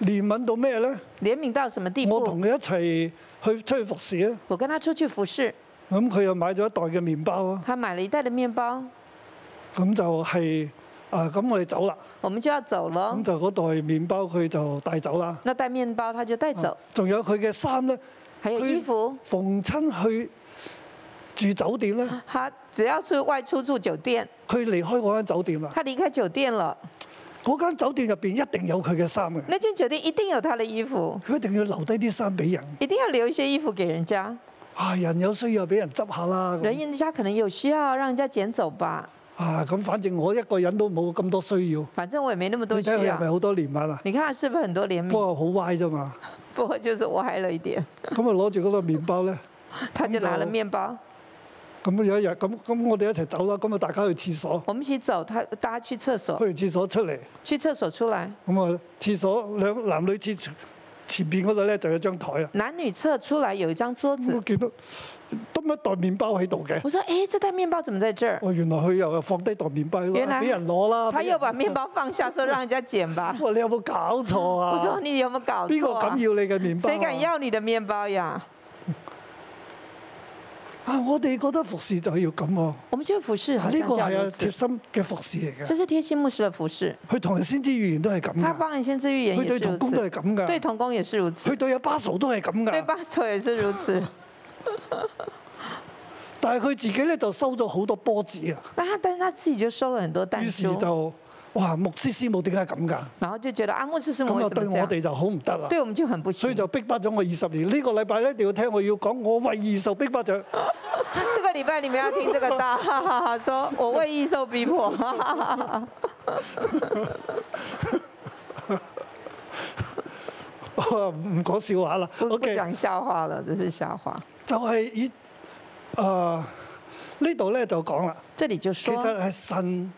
Speaker 2: 憐憫到咩呢？
Speaker 3: 怜悯到什么地步？
Speaker 2: 我同佢一齊去出去服侍啊！
Speaker 3: 我跟他出去服侍，
Speaker 2: 咁佢又買咗一袋嘅麵包啊，
Speaker 3: 他买了一袋的面包，
Speaker 2: 咁就係、啊，咁我哋走啦，
Speaker 3: 我们就要走了
Speaker 2: 咁。就嗰袋麵包佢就帶走啦。
Speaker 3: 那袋面包他就带走，
Speaker 2: 仲有佢嘅衫咧，
Speaker 3: 还有衣
Speaker 2: 佢
Speaker 3: 服。
Speaker 2: 逢親去住酒店咧，
Speaker 3: 他只要去外出住酒店，
Speaker 2: 佢離開嗰間酒店啦，
Speaker 3: 他离开酒店了，
Speaker 2: 嗰間酒店入邊一定有佢嘅衫嘅，
Speaker 3: 那间酒店一定有他的衣服，
Speaker 2: 佢一定要留低啲衫俾人。
Speaker 3: 一定要留一些衣服给人家。
Speaker 2: 啊，人有需要俾人執下啦。咁
Speaker 3: 人人家可能有需要，让人家捡走吧。
Speaker 2: 啊，咁反正我一個人都冇咁多需要。
Speaker 3: 反正我也没那么
Speaker 2: 你
Speaker 3: 多
Speaker 2: 睇
Speaker 3: 需
Speaker 2: 佢係咪
Speaker 3: 要。嗯
Speaker 2: 好多憐憫啊？
Speaker 3: 你看他是不是很多怜
Speaker 2: 不
Speaker 3: 悯？
Speaker 2: 過好歪啫嘛。
Speaker 3: 不过就是歪了一点，
Speaker 2: 咁啊攞住嗰個麵包咧。
Speaker 3: 他就拿
Speaker 2: 就
Speaker 3: 了面包。
Speaker 2: 咁啊有一日，咁咁我哋一齊走啦，咁啊大家去廁所，
Speaker 3: 我们一起走，他大家去厕所
Speaker 2: 去，完廁所出嚟，
Speaker 3: 去厕所出来，
Speaker 2: 咁啊廁所兩男女廁前邊嗰度咧就有張台啊，
Speaker 3: 男女厕出来有一张桌
Speaker 2: 咁我
Speaker 3: 子。
Speaker 2: 見到得一袋麵包喺度嘅，
Speaker 3: 我说：“哎，这袋面包怎么在这儿？”
Speaker 2: 哦原來佢又放低袋麵包
Speaker 3: 原
Speaker 2: 啦，
Speaker 3: 來
Speaker 2: 俾人攞啦，
Speaker 3: 他
Speaker 2: 俾人。
Speaker 3: 又把面包放下，说让人家捡吧
Speaker 2: 哇你有冇搞錯
Speaker 3: 我
Speaker 2: 啊
Speaker 3: 说？你有没有搞
Speaker 2: 邊個
Speaker 3: 错、啊
Speaker 2: 敢？要你嘅麵包
Speaker 3: 谁敢
Speaker 2: 啊？
Speaker 3: 要你的面包呀？
Speaker 2: 啊我哋覺得服侍就要咁喎，
Speaker 3: 我们觉得服侍
Speaker 2: 啊
Speaker 3: 好
Speaker 2: 呢
Speaker 3: 像
Speaker 2: 個
Speaker 3: 这样
Speaker 2: 係啊貼
Speaker 3: 如此，
Speaker 2: 心嘅服侍嚟
Speaker 3: 这
Speaker 2: 嘅，
Speaker 3: 是贴心牧师的服侍。
Speaker 2: 佢同人先知語言都係咁
Speaker 3: 他
Speaker 2: 㗎，
Speaker 3: 帮人先知预言
Speaker 2: 佢
Speaker 3: 也
Speaker 2: 對
Speaker 3: 是
Speaker 2: 童
Speaker 3: 如
Speaker 2: 工都係
Speaker 3: 此，
Speaker 2: 咁
Speaker 3: 对
Speaker 2: 㗎，
Speaker 3: 童工也是 如此，
Speaker 2: 佢對阿巴嫂都係咁
Speaker 3: 对
Speaker 2: 㗎。
Speaker 3: 巴手也是如此。
Speaker 2: 但係佢自己咧就收咗好多波子啊，
Speaker 3: 那他但是他自己就收了很多蛋
Speaker 2: 於是
Speaker 3: 书，
Speaker 2: 就哇牧師師母點解咁㗎？
Speaker 3: 然后就觉得啊，牧师是
Speaker 2: 咁
Speaker 3: 我
Speaker 2: 啊
Speaker 3: 怎么
Speaker 2: 對
Speaker 3: 这
Speaker 2: 我
Speaker 3: 样？
Speaker 2: 哋就好唔得啦，
Speaker 3: 对我们就很不
Speaker 2: 所以
Speaker 3: 行。
Speaker 2: 就逼迫咗我二十年。呢、個禮拜咧一定要聽我要講，我為義受逼迫 着。
Speaker 3: 这个礼拜你们要听这个大，哈哈哈，说我为义受 逼迫，哈哈哈哈。
Speaker 2: 唔講笑話啦
Speaker 3: 不不
Speaker 2: ，OK，
Speaker 3: 讲笑话了，这是笑话。
Speaker 2: 就係以誒呢度咧就講啦，
Speaker 3: 这里就
Speaker 2: 其
Speaker 3: 说，
Speaker 2: 實係神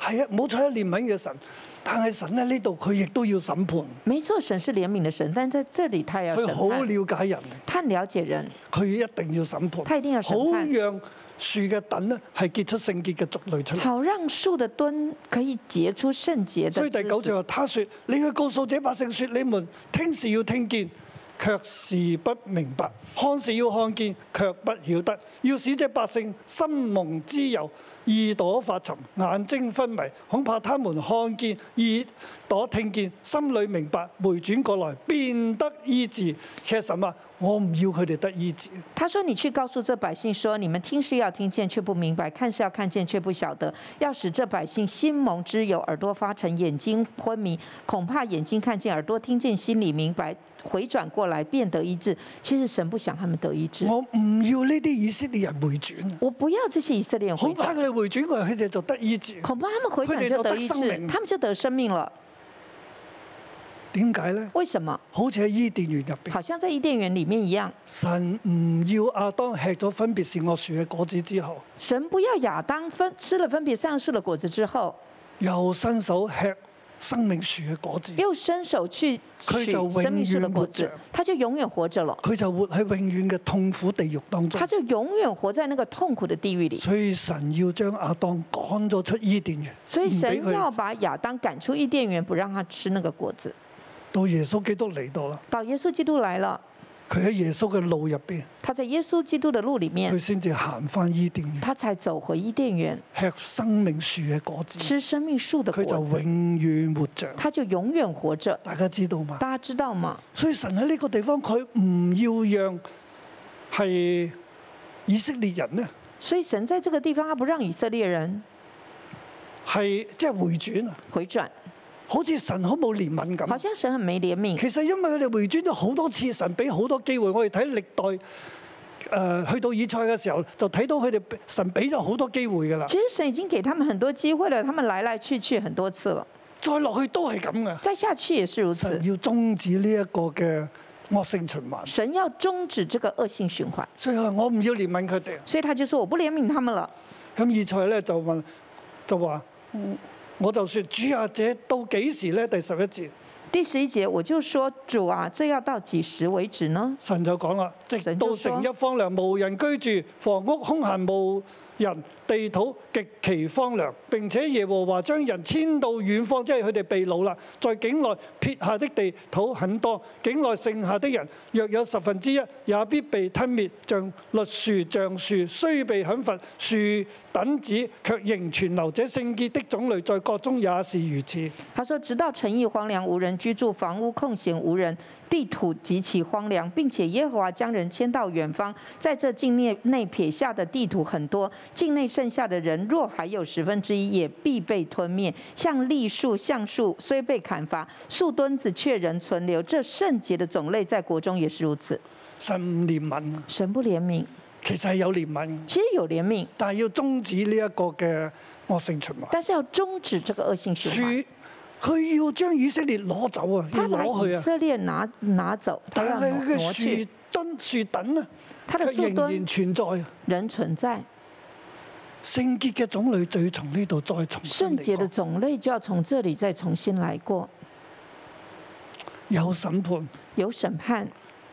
Speaker 2: 係啊，冇錯，係憐憫嘅神，但係神咧呢度佢亦都要審判，
Speaker 3: 没错，神是怜悯的神，但在这里他要审
Speaker 2: 佢好
Speaker 3: 判，
Speaker 2: 了解人，
Speaker 3: 他很了解人，
Speaker 2: 佢一定要審判，
Speaker 3: 他一定要審
Speaker 2: 好
Speaker 3: 判
Speaker 2: 讓樹嘅等咧係結出聖潔嘅族類出嚟。
Speaker 3: 好让树的墩可以结出圣洁的
Speaker 2: 所以
Speaker 3: 枝
Speaker 2: 第九
Speaker 3: 子。
Speaker 2: 節話：他說：你去告訴這百姓說，你們聽是要聽見，卻是不明白；看是要看見，卻不曉得。要使這百姓心蒙脂油，耳朵發沉，眼睛昏迷，恐怕他們看見，耳朵聽見，心裏明白，回轉過來，變得醫治。其實神話，我唔要佢哋得醫治，
Speaker 3: 他说：“你去告诉这百姓说，你们听是要听见，却不明白；看是要看见，却不晓得。要使这百姓心蒙之油，耳朵发沉，眼睛昏迷，恐怕眼睛看见，耳朵听见，心里明白，回转过来，便得医治。其实神不想他们得医治，
Speaker 2: 我唔要呢啲以色列人回轉，
Speaker 3: 我不要这些以色列人回
Speaker 2: 恐怕
Speaker 3: 转，
Speaker 2: 佢哋回轉過嚟，佢哋就得醫治。
Speaker 3: 恐怕他们回转就得
Speaker 2: 会得
Speaker 3: 医
Speaker 2: 生
Speaker 3: 治
Speaker 2: 命，
Speaker 3: 他们就得生命了。
Speaker 2: 點解呢？
Speaker 3: 为什么？
Speaker 2: 好似喺伊甸園入邊。
Speaker 3: 好像在伊甸园里面一样，
Speaker 2: 神唔要亞當吃咗分別善惡樹嘅果子之後，
Speaker 3: 神不要亚当分吃了分别善树的果子之后，
Speaker 2: 又伸手吃生命樹嘅果子，
Speaker 3: 又伸手去
Speaker 2: 佢
Speaker 3: 取
Speaker 2: 就永
Speaker 3: 生命树的
Speaker 2: 远
Speaker 3: 果
Speaker 2: 活
Speaker 3: 子
Speaker 2: 着，
Speaker 3: 他就永远活着了。”
Speaker 2: 佢就活喺永遠嘅痛苦地獄當中
Speaker 3: 他。就永远活在那个痛苦的地狱里。
Speaker 2: 所以神要將亞當趕咗出伊甸園，
Speaker 3: 所以
Speaker 2: 唔俾
Speaker 3: 神要
Speaker 2: 佢
Speaker 3: 把亚当赶出伊甸园，不让他吃那个果子。
Speaker 2: 到耶穌基督嚟到啦，
Speaker 3: 到耶稣基督来了，
Speaker 2: 佢喺耶穌嘅路入邊，
Speaker 3: 他在耶稣基督的路里
Speaker 2: 佢
Speaker 3: 面，
Speaker 2: 先至行翻伊甸園，
Speaker 3: 他才走回伊甸园，
Speaker 2: 吃生命樹嘅果子，
Speaker 3: 吃生命树的
Speaker 2: 佢
Speaker 3: 果
Speaker 2: 就
Speaker 3: 子，
Speaker 2: 永遠活着。
Speaker 3: 他就永远活着。
Speaker 2: 大家知道嘛？
Speaker 3: 大家知道吗？
Speaker 2: 所以神喺呢個地方，佢唔要讓係以色列人呢。
Speaker 3: 所以神在这个地方，他不让以色列人
Speaker 2: 係即係回轉啊！
Speaker 3: 回转，
Speaker 2: 好似神好冇憐憫
Speaker 3: 好
Speaker 2: 咁。
Speaker 3: 像神很没怜悯。
Speaker 2: 其實因為佢哋回轉咗好多次，神俾好多機會我哋睇歷代。誒、去到以賽嘅時候，就睇到佢哋俾神俾咗好多機會㗎啦
Speaker 3: 其。实神已经给他们很多机会了，他们来来去去很多次了，
Speaker 2: 再落去都係咁㗎。
Speaker 3: 再下去也是如此
Speaker 2: 神。要終止呢一個嘅惡性循環，
Speaker 3: 神要終止這個惡性循環，
Speaker 2: 所以佢話我唔要憐憫佢哋。
Speaker 3: 所以他就说：“我不憐憫他們了。”
Speaker 2: 咁以賽咧就問，就話：嗯我就説主啊，這到幾時咧？第十一節，
Speaker 3: 第十一节，我就说主啊，这要到几时为止呢？
Speaker 2: 神就講啦，直
Speaker 3: 神就
Speaker 2: 到
Speaker 3: 說
Speaker 2: 城邑荒涼，無人居住，房屋空閒無人，地土極其荒涼。並且耶和華將人遷到遠方，即係佢哋被擄啦。在境內撇下的地土很多，境內剩下的人若有十分之一，也必被吞滅。像栗樹、橡樹雖被砍伐，樹等子卻仍存留。這聖潔的種類在國中也是如此。
Speaker 3: 他说：“直到城邑荒凉，无人居住，房屋空闲无人，地土极其荒凉，并且耶和华将人迁到远方，在这境内内撇下的地土很多，境内剩下的人若还有十分之一，也必被吞灭。像栗树、橡树虽被砍伐，树墩子却仍存留。这圣洁的种类在国中也是如此。
Speaker 2: 神唔憐憫，
Speaker 3: 神不怜悯，
Speaker 2: 其實係有憐憫，
Speaker 3: 其实有怜悯，
Speaker 2: 但係要終止呢一個嘅惡性循環。
Speaker 3: 但是要终止这个恶性循环。”
Speaker 2: 佢佢要將以色列攞走啊，要
Speaker 3: 他把
Speaker 2: 攞去
Speaker 3: 以
Speaker 2: 啊，
Speaker 3: 色列拿拿走，他
Speaker 2: 但
Speaker 3: 要
Speaker 2: 係佢
Speaker 3: 挪挪
Speaker 2: 嘅
Speaker 3: 去
Speaker 2: 樹，墩樹等啊，
Speaker 3: 他
Speaker 2: 卻
Speaker 3: 的树
Speaker 2: 仍然
Speaker 3: 墩
Speaker 2: 存在啊。
Speaker 3: 仍存在，
Speaker 2: 聖潔嘅種類最從呢度再重新
Speaker 3: 圣洁
Speaker 2: 嚟
Speaker 3: 的
Speaker 2: 過，
Speaker 3: 种类就要从这里再重新来过，
Speaker 2: 有審判，
Speaker 3: 有审判，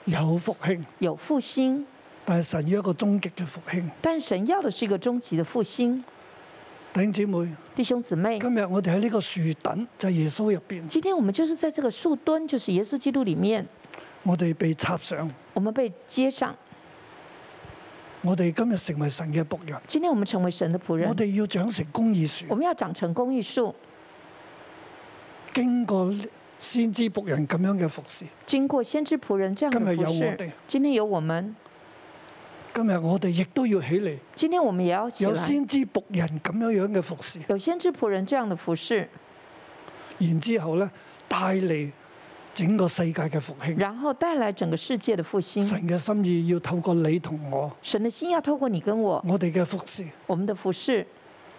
Speaker 2: 有復興，
Speaker 3: 有复兴，
Speaker 2: 但係神要一個終極嘅復興。
Speaker 3: 但神要的是一个终极的复兴。
Speaker 2: 弟兄姊妹，
Speaker 3: 弟兄姊妹，
Speaker 2: 今日我哋喺呢個樹墩，就係耶穌入邊，
Speaker 3: 今天我们就是在这个树墩，就是耶稣基督里面，
Speaker 2: 我哋被插上，
Speaker 3: 我们被接上。
Speaker 2: 我哋今日成為神嘅仆人，
Speaker 3: 今天我们成为神的仆人
Speaker 2: 我，哋要長成公義
Speaker 3: 我
Speaker 2: 樹，
Speaker 3: 们要长成公益树，
Speaker 2: 經過先知仆人咁樣嘅服侍。
Speaker 3: 经过先知仆人这样
Speaker 2: 今日
Speaker 3: 的
Speaker 2: 有
Speaker 3: 服
Speaker 2: 我哋
Speaker 3: 侍。今天有我们，
Speaker 2: 今日我哋亦都要起嚟，
Speaker 3: 今天我们也要起
Speaker 2: 有
Speaker 3: 来，
Speaker 2: 先知仆人咁樣樣嘅服侍。
Speaker 3: 有先知仆人这样的服侍。
Speaker 2: 然之後咧帶嚟整個世界嘅復興。
Speaker 3: 然后带来整个世界的复兴。
Speaker 2: 神嘅心意要透過你同我，
Speaker 3: 神的心要透过你跟我，
Speaker 2: 我哋嘅服侍，
Speaker 3: 我们的服饰，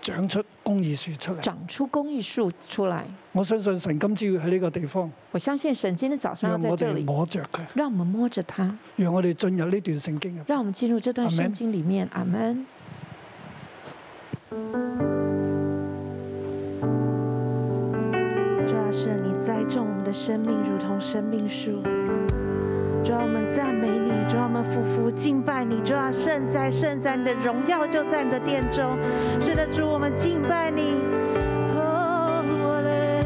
Speaker 2: 長出公義樹出嚟。
Speaker 3: 长出公益树出来。
Speaker 2: 我相信神今朝要喺呢個地方，
Speaker 3: 我相信神今天早上要
Speaker 2: 讓
Speaker 3: 啊在
Speaker 2: 我
Speaker 3: 这
Speaker 2: 哋
Speaker 3: 里，
Speaker 2: 摸着佢，
Speaker 3: 让我们摸着它，
Speaker 2: 讓我哋進入呢段聖經入。
Speaker 3: 让我们进入这段
Speaker 2: Amen
Speaker 3: 圣经里面。阿门。
Speaker 4: 主啊，是你栽种我们的生命，如同生命树。主啊，我们赞美你，主啊，我们俯伏敬拜你，主啊，圣哉圣哉，你的荣耀就在你的殿中。是的，主，我们敬拜你。哦我嘞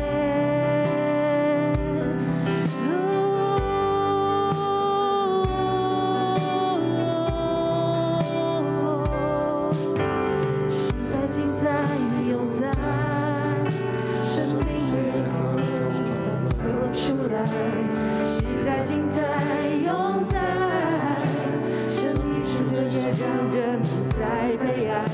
Speaker 4: 哦时代尽在永在，生命河流出来。时代尽在永在，生命树也让人不再悲哀。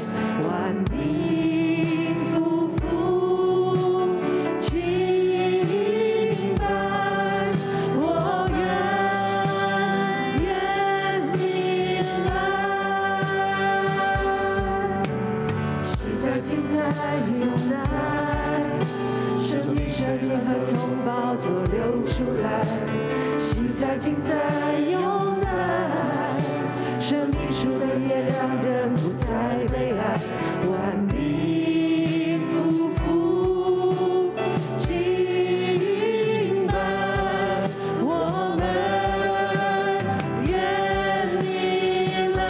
Speaker 4: 万民夫妇敬拜，我愿愿你来。喜在今在永在，生命血液和同胞都流出来。喜在今在永在，生命树的也让人不再悲哀。万民夫妇敬拜，我们愿你来。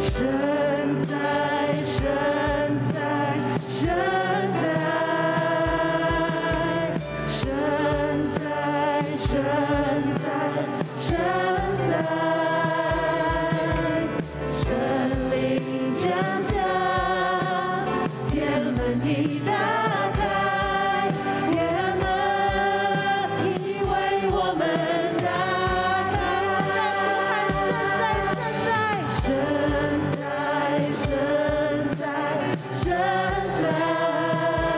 Speaker 4: 身在身在身在身在身在身在，神灵降下，天门已打开，天门已为我们打开。身在身在身在身在身在身在，神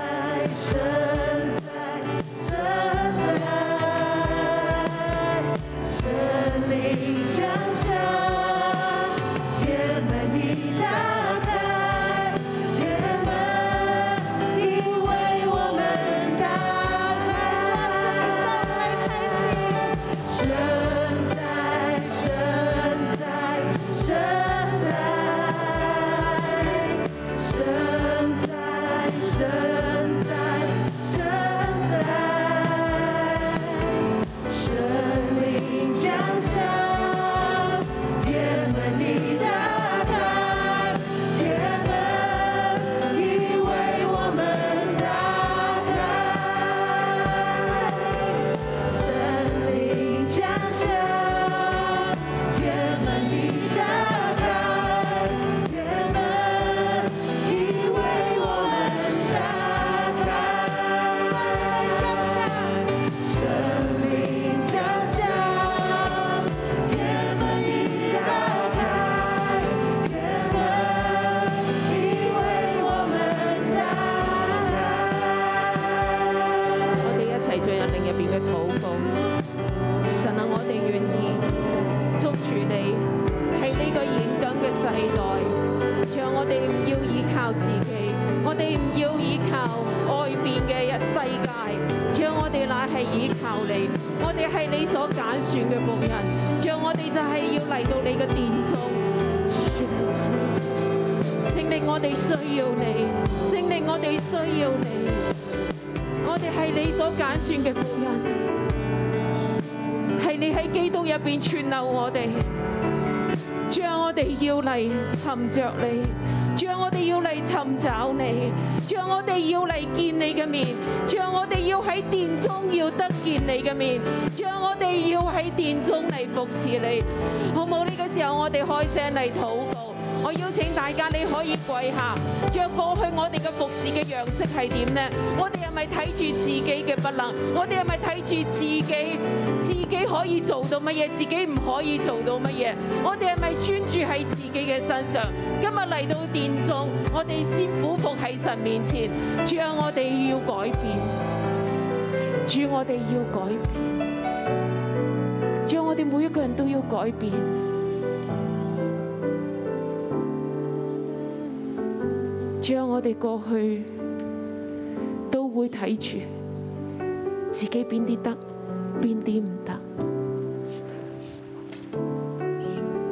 Speaker 4: 灵降下，天门已打开，天门已为我们打开。身在身在身在身在身在身在，神灵降下，天门已打开，天门已为我们打开。森林降下，天门已打开，天门已为我们打开。森林降下，天门已打开，天门已为我们打开。
Speaker 5: 我哋一齊進入靈入邊嘅禱告。神啊，我哋願意捉住你喺呢個現今嘅世代，讓我哋唔要依靠自己，我哋唔要依靠外邊嘅一世界，將我哋乃係依靠你，我哋係你所揀選嘅僕人，將我哋就係要嚟到你嘅殿中。聖靈，我哋需要你，聖靈，我哋需要你。我哋係你所揀選嘅仆人，係你喺基督入邊存留我哋，將我哋要嚟尋着你，將我哋要嚟尋找你，將我哋要嚟見你嘅面，將我哋要喺殿中要得見你嘅面，將我哋要喺殿中嚟服侍你，好冇？呢、個時候我哋開聲嚟禱告。我邀請大家你可以跪下，着過去我哋嘅服侍嘅樣式係點呢？我哋係咪睇住自己嘅不能？我哋係咪睇住自己自己可以做到乜嘢？自己唔可以做到乜嘢？我哋係咪專注喺自己嘅身上？今日嚟到殿中，我哋先俯伏喺神面前，主啊，我哋要改變，主啊我哋啊要改變，主我哋每一個人都要改變。將啊我哋過去都會睇住自己邊啲得，邊啲唔得。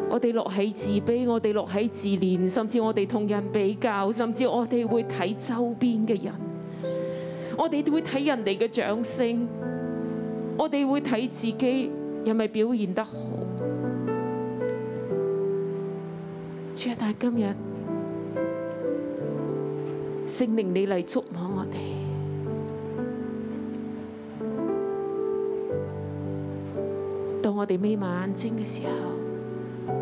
Speaker 5: 我哋落喺自卑，我哋落喺自憐，甚至我哋同人比較，甚至我哋會睇周邊嘅人，我哋會睇人哋嘅掌聲，我哋會睇自己係咪表現得好。主啊，但係今日。聖靈你嚟觸摸我哋，當我哋眯埋眼睛嘅時候，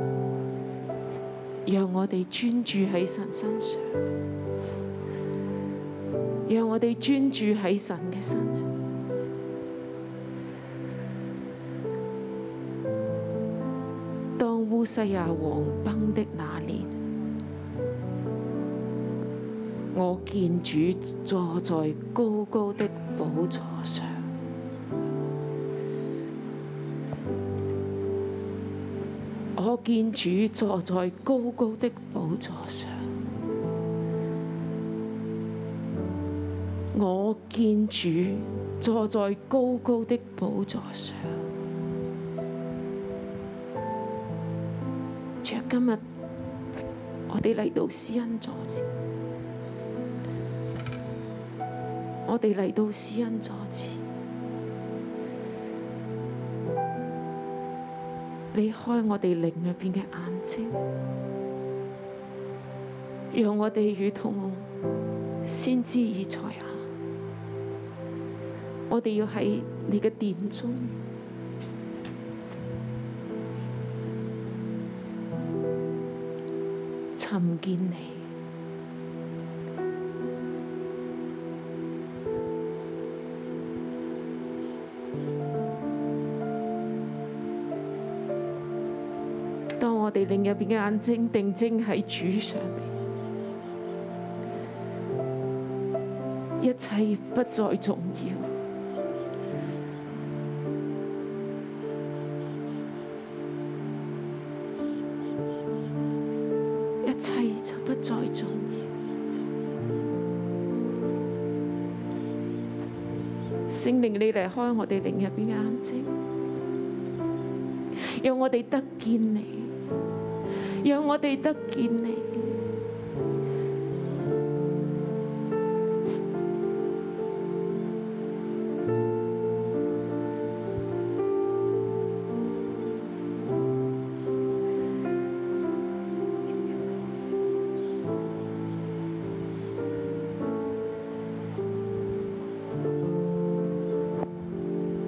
Speaker 5: 讓我哋專注喺神身上，讓我哋專注喺神嘅身上。當烏西亞王崩的那年。我見主坐在高高的寶座上，我見主坐在高高的寶座上，我見主坐在高高的寶座上。主啊，今日我哋嚟到施恩座前。我哋嚟到施恩座前，你開我哋靈裏邊嘅眼睛，讓我哋如同先知以賽亞，我哋要喺你嘅殿中，尋見你。當我哋另入邊嘅眼睛定睛喺主上邊，一切不再重要。一切就不再重要。聖靈，你嚟開我哋另入邊嘅眼睛。让我哋得見你，讓我哋得見你。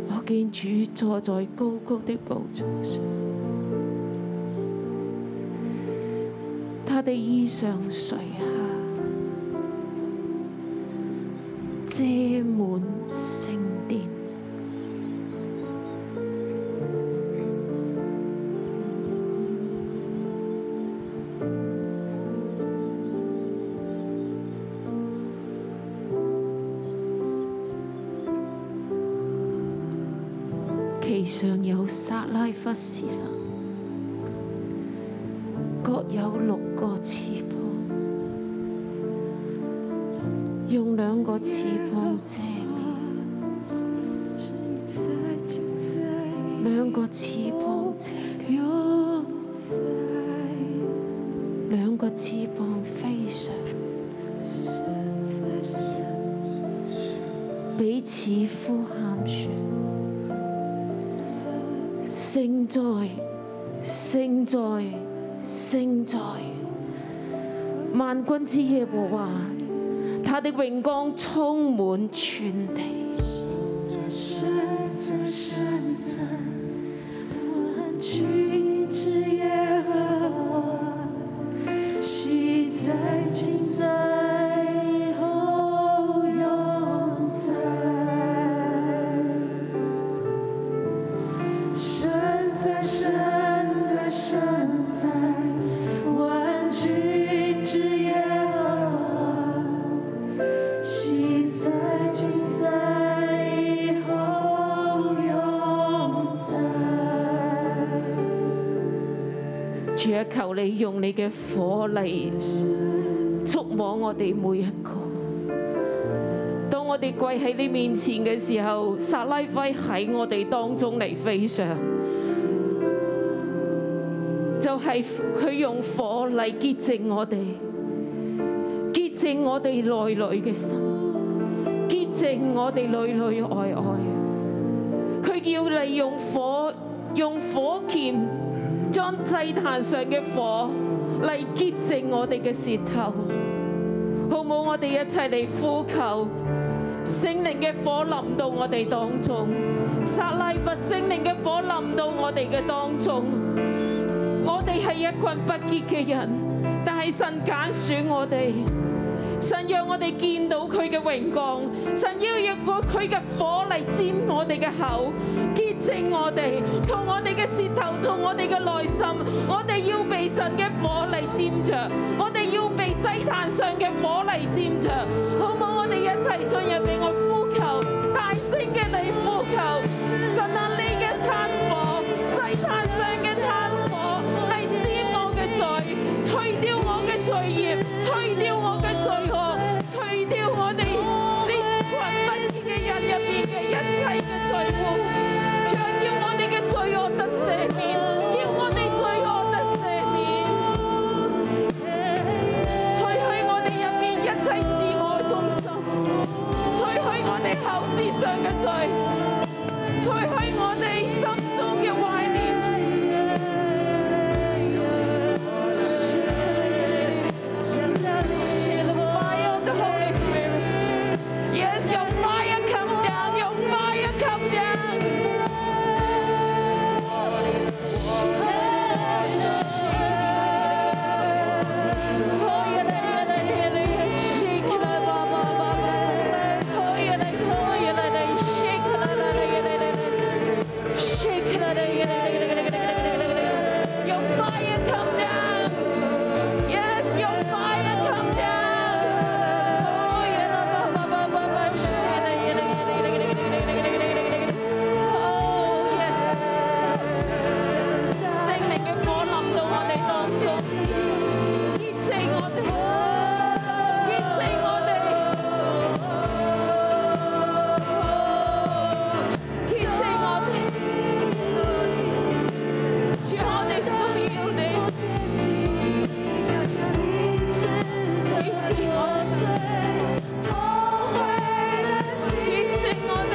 Speaker 5: 我見主坐在高高的寶座上，他的衣裳啊垂下，遮滿聖殿。其上有撒拉弗士啦，各有六個翅膀，用兩個翅膀遮面，
Speaker 4: 只在就在，
Speaker 5: 兩個翅膀遮，
Speaker 4: 永在，
Speaker 5: 兩個翅膀飛上，
Speaker 4: 在神
Speaker 5: 彼此呼喊說：聖在，聖在，聖在！萬軍之耶和華，他的榮光充滿全地。
Speaker 4: 山在山在，万军之耶和华，昔在今在以后永在。山在山在山在，万军之耶和华。昔在今在以后永在，
Speaker 5: 主啊，求你用你嘅火嚟觸摸我哋每一個。當我哋跪喺你面前嘅時候，撒拉輝喺我哋當中嚟飛上，就係佢用火嚟潔淨我哋，潔淨我哋內裏嘅心，潔淨我哋裏裏外外。佢要利用火，用火劍將祭壇上嘅火嚟潔淨我哋嘅舌頭，好冇？我哋一齊嚟呼求聖靈嘅火臨到我哋當中，撒拉佛聖靈嘅火臨到我哋嘅當中。我哋係一群不潔嘅人，但係神揀選我哋。神讓我哋見到佢嘅榮光，神要用佢嘅火嚟沾我哋嘅口，潔淨我哋，從我哋嘅舌頭，同我哋嘅內心，我哋要被神嘅火嚟沾着，我哋要被祭壇上嘅火嚟沾着，好唔好？我哋一齊進入俾我呼求，大聲嘅嚟呼求，神啊，你嘅炭火，祭壇上嘅炭火嚟沾我嘅罪，除掉我嘅罪孽，除掉我嘅罪惡，除掉我哋呢群不義嘅人入邊嘅一切嘅罪惡，將叫我哋嘅罪惡得赦免，叫我哋罪惡得赦免，除去我哋入邊一切自我中心，除去我哋口舌上嘅罪，除去我哋心中嘅懷念。Fire of the Holy Spirit. Yes, your fire come down. Your fire come down. Oh, yeah, yeah, yeah, yeah, yeah. Shake it, ba, ba, ba, ba. Oh, yeah, yeah, oh, yeah, yeah, yeah. Shake it, la, la, la, yeah, yeah, yeah, yeah. Shake it, la, la, yeah, yeah, yeah, yeah, yeah, yeah. Your fire come down. Yes, your fire come down. Oh, yeah, la, la, la, la, la, la. Shake it, yeah, yeah, yeah, yeah, yeah, yeah, yeah, yeah, yeah. Oh, yes. 聖靈嘅火臨到我哋當中，潔淨我哋，潔淨我哋，潔淨我哋，主我哋需要你，潔淨我哋。洁净我哋，洁净我哋，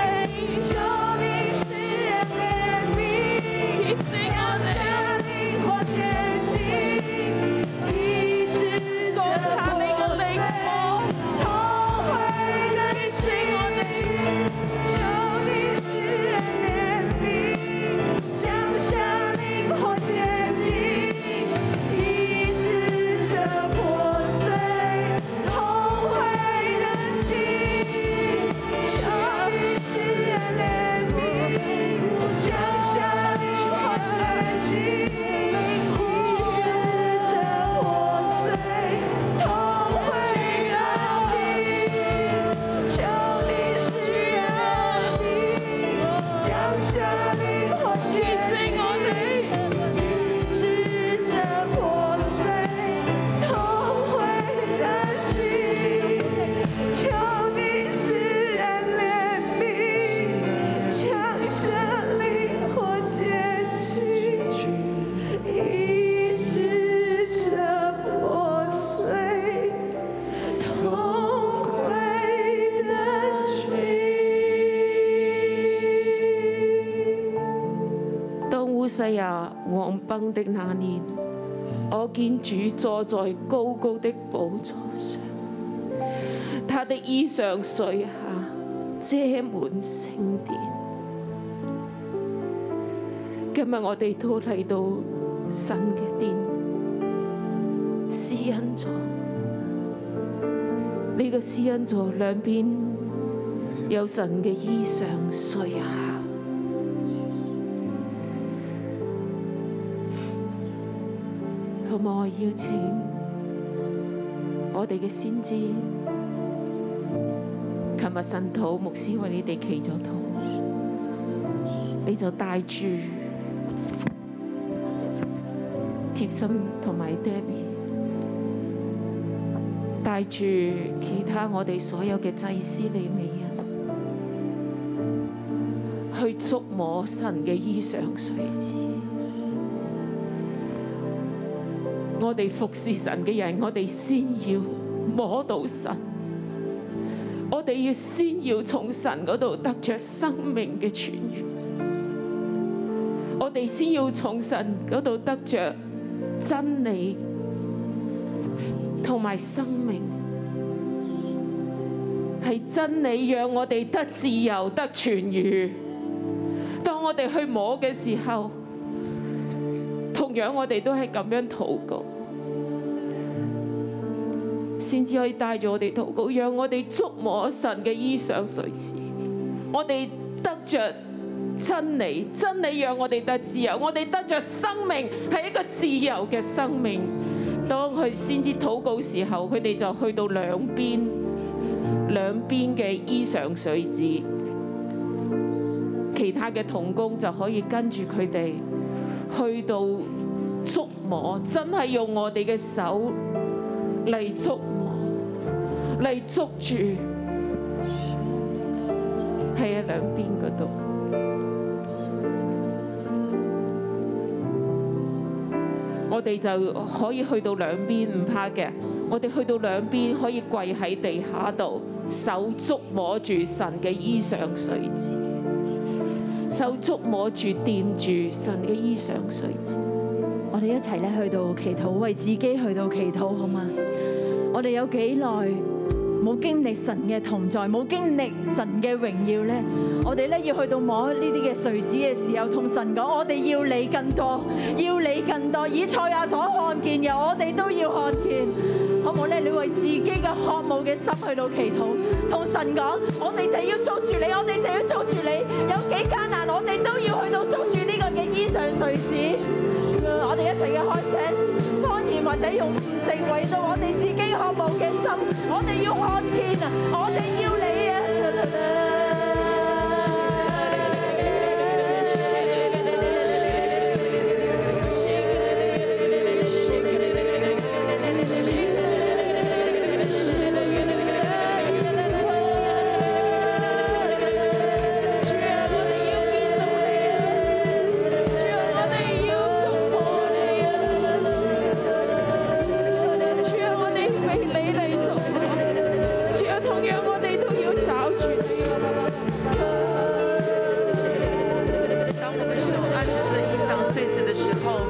Speaker 5: 降下你嘅灵火，洁净我哋，洁净我哋。當烏西亞王崩的那年，我見主坐在高高的寶座上，他的衣裳垂下，遮滿聖殿。今日我哋都嚟到神嘅殿，施恩座。呢、個施恩座兩邊有神嘅衣裳垂下。好唔好？我邀請我哋嘅先知，琴日神土牧師為你哋祈咗禱，你就帶住貼心同埋 Debbie，帶住其他我哋所有嘅祭司利未人，去觸摸神嘅衣裳水子。我哋服侍神嘅人，我哋先要摸到神，我哋要先要從神嗰度得着生命嘅泉源，我哋先要從神嗰度得着真理同埋生命，係真理讓我哋得自由、得痊愈。當我哋去摸嘅時候，同樣我哋都係咁樣禱告，先至可以帶住我哋禱告，讓我哋觸摸神嘅衣裳垂子，我哋得着。真理，真理讓我哋得自由，我哋得着生命係一個自由嘅生命。當佢先知禱告時候，佢哋就去到兩邊兩邊嘅衣裳水子，其他嘅童工就可以跟住佢哋去到觸摸，真係用我哋嘅手嚟觸摸，嚟捉住，係啊兩邊嗰度。我哋就可以去到兩邊唔怕嘅。我哋去到兩邊可以跪喺地下度，手觸摸住神嘅衣裳水子，手觸摸住掂住神嘅衣裳水子。
Speaker 6: 我哋一齊咧去到祈禱，為自己去到祈禱，好嘛？我哋有幾耐冇經歷神嘅同在，冇經歷神嘅榮耀咧？我哋咧要去到摸呢啲嘅穗子嘅時候，同神講：我哋要你更多，要你更多。以賽亞所看見嘅，我哋都要看見，好唔好咧？你為自己嘅渴慕嘅心去到祈禱，同神講：我哋就要捉住你，我哋就要捉住你。有幾艱難，我哋都要去到捉住呢個嘅衣裳穗子。我哋一齊嘅開聲方言，或者用悟性為到我哋自己渴慕嘅心，我哋要看見啊！我哋要你啊！
Speaker 5: 主啊，我哋被你嚟做啊！主啊，同樣我哋都要找住你啊！
Speaker 7: 当我的手按着这衣裳穗子的时候，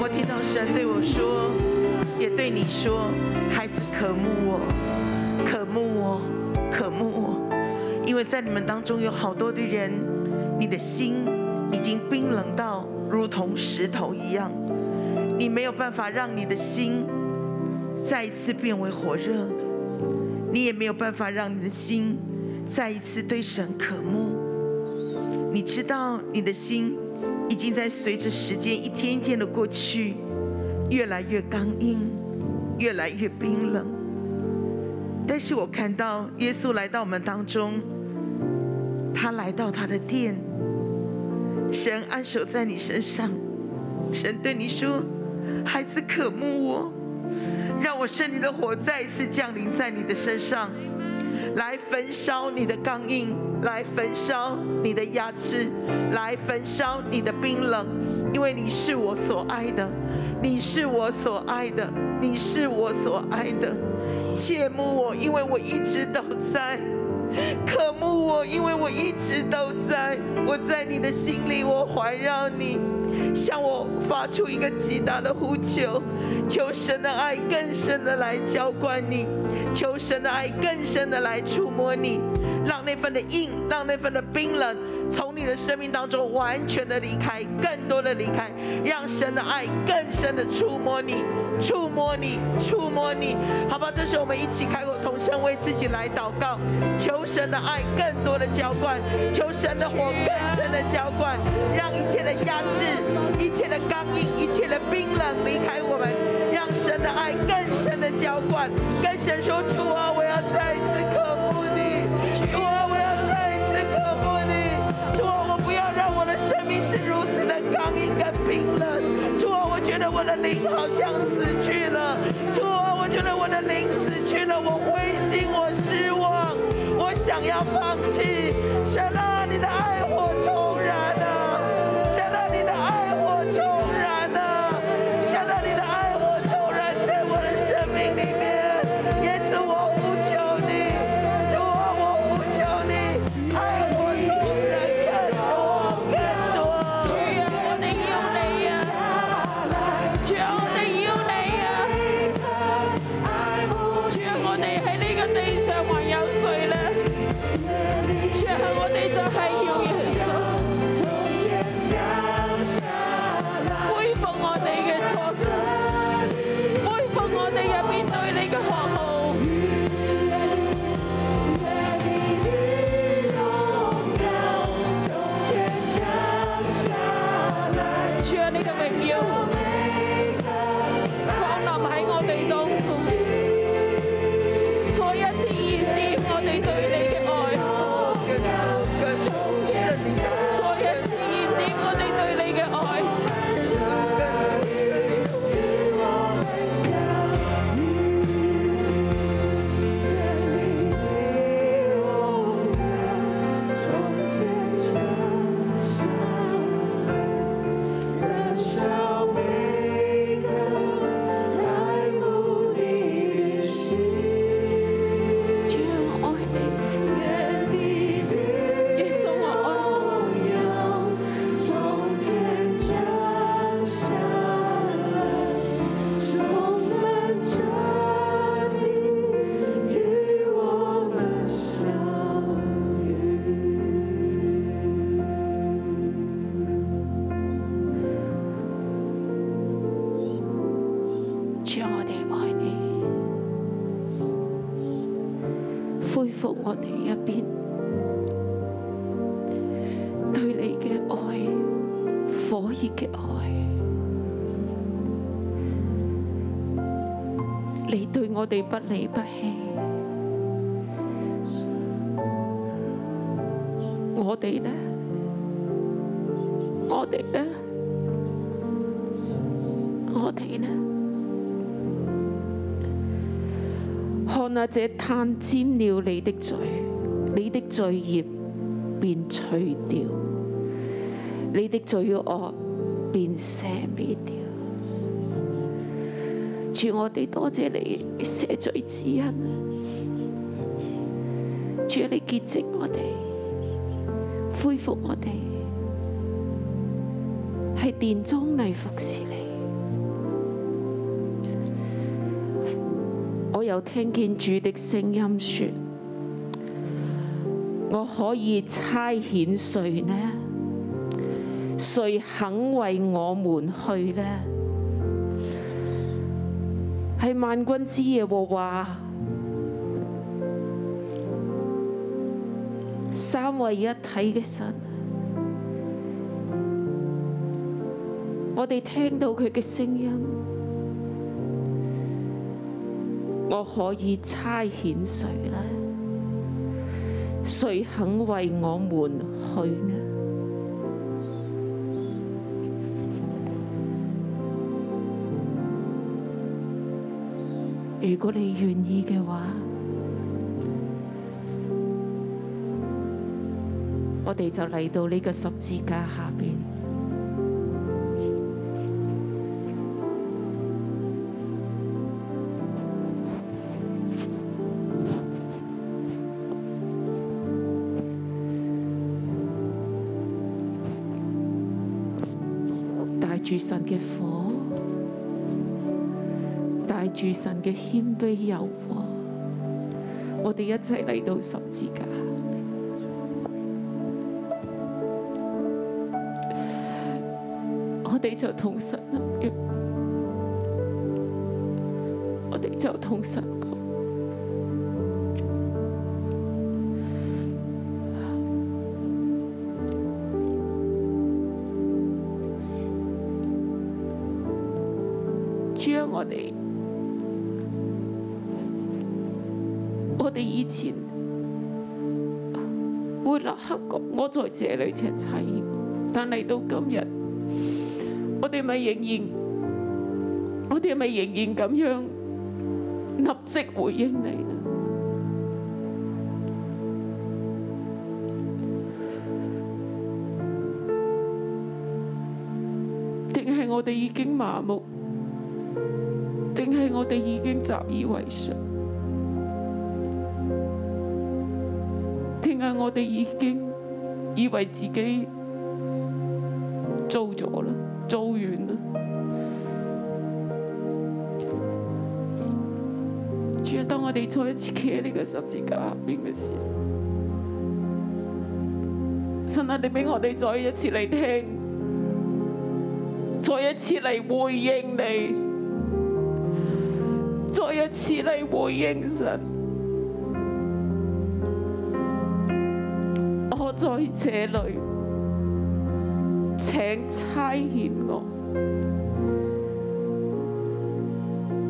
Speaker 7: 我听到神对我说，也对你说，孩子渴慕我，渴慕我，渴慕我，因为在你们当中有好多的人，你的心已经冰冷到如同石头一样，你没有办法让你的心再一次变为火热，你也没有办法让你的心再一次对神渴慕。你知道你的心已经在随着时间一天一天的过去，越来越刚硬，越来越冰冷。但是我看到耶稣来到我们当中，他来到他的殿，神按手在你身上，神对你说：“孩子渴慕我，让我圣灵的火再一次降临在你的身上。”来焚烧你的刚硬，来焚烧你的压制，来焚烧你的冰冷，因为你是我所爱的，你是我所爱的，你是我所爱的。切慕我，因为我一直都在；渴慕我，因为我一直都在。我在你的心里，我环绕你，向我发出一个极大的呼求，求神的爱更深的来浇灌你，求神的爱更深的来触摸你，让那份的硬，让那份的冰冷，从你的生命当中完全的离开，更多的离开，让神的爱更深的触摸你，触摸你，触摸你，好吧？这时候我们一起开口同声为自己来祷告，求神的爱更多的浇灌，求神的火更深的浇灌，让一切的压制、一切的刚硬、一切的冰冷离开我们，让神的爱更深的浇灌，跟神说：主啊，我要再一次渴慕你，主啊，我要再一次渴慕你，主啊，我不要让我的生命是如此的刚硬跟冰冷，主啊，我觉得我的灵好像死去了，主啊，我觉得我的灵灵死去了，我灰心，我失望，我想要放弃。神啊，你的爱火重燃啊！神啊，你的爱火重燃啊！神啊，你的爱火重燃在我的生命里面。也主，我呼求你，主啊，我呼求你，爱火重燃更多更多。
Speaker 5: 主啊，我哋要你啊！主啊，我哋要你啊！主啊，我哋喺呢個地上還有誰呢？主啊，我哋就係要耶穌，恢復我哋嘅初心，恢復我哋入邊對你嘅渴慕。主啊，你嘅榮耀降臨喺我哋當中，再一次燃點我哋對你嘅愛，再一次燃點我哋對你嘅愛。主啊，我愛你，耶穌我愛你。主啊，我哋愛你，恢復我哋一邊對你嘅愛，火熱嘅愛。你對我哋不離不棄，我哋呢？我哋呢？我哋呢？看啊，這炭沾了你的罪，你的罪孽便除掉，你的罪惡便赦免掉。主，我哋多謝你赦罪之恩，主你潔淨我哋，恢復我哋，喺殿中嚟服侍你。我又聽見主的聲音說：我可以差遣誰呢？誰肯為我們去呢？係萬軍之耶和華，三位一體嘅神。我哋聽到佢嘅聲音。我可以差遣誰呢？誰肯為我們去呢？如果你願意嘅話，我哋就嚟到呢個十字架下邊。帶住神嘅火，帶住神嘅謙卑柔和，我哋一齊嚟到十字架。我哋就同神立約，我哋就同神講，主啊，我哋，我哋以前會立刻講我在這裏赤妻，但嚟到今日，我哋咪仍然，我哋咪仍然咁樣立即回應你啦。定係我哋已經麻木，定係我哋已經習以為常，定係我哋已經以為自己做咗啦，做完啦。主啊，當我哋再一次企喺呢個十字架下邊嘅時候，神啊，你俾我哋再一次嚟聽，再一次嚟回應你，再一次嚟回應神。我在這裏，請差遣我。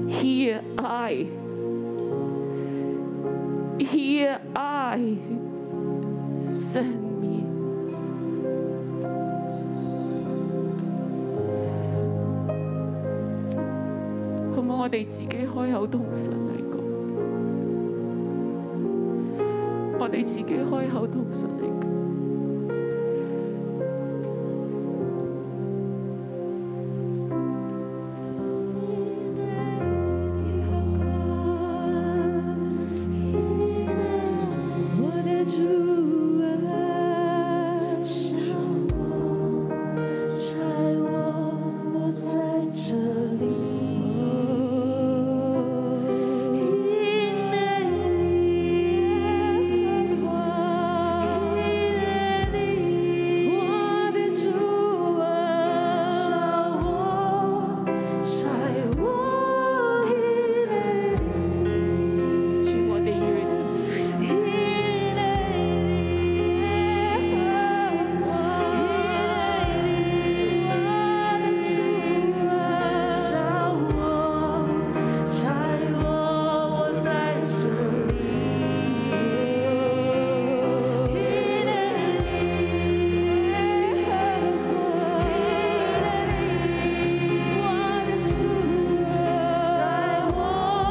Speaker 5: Here I。Here I send me。好唔好？我哋自己開口同神嚟講，我哋自己開口同神嚟講。
Speaker 4: 我的主啊，向我差我，我在这里。我的主啊，向我差我。
Speaker 5: 主，我哋願。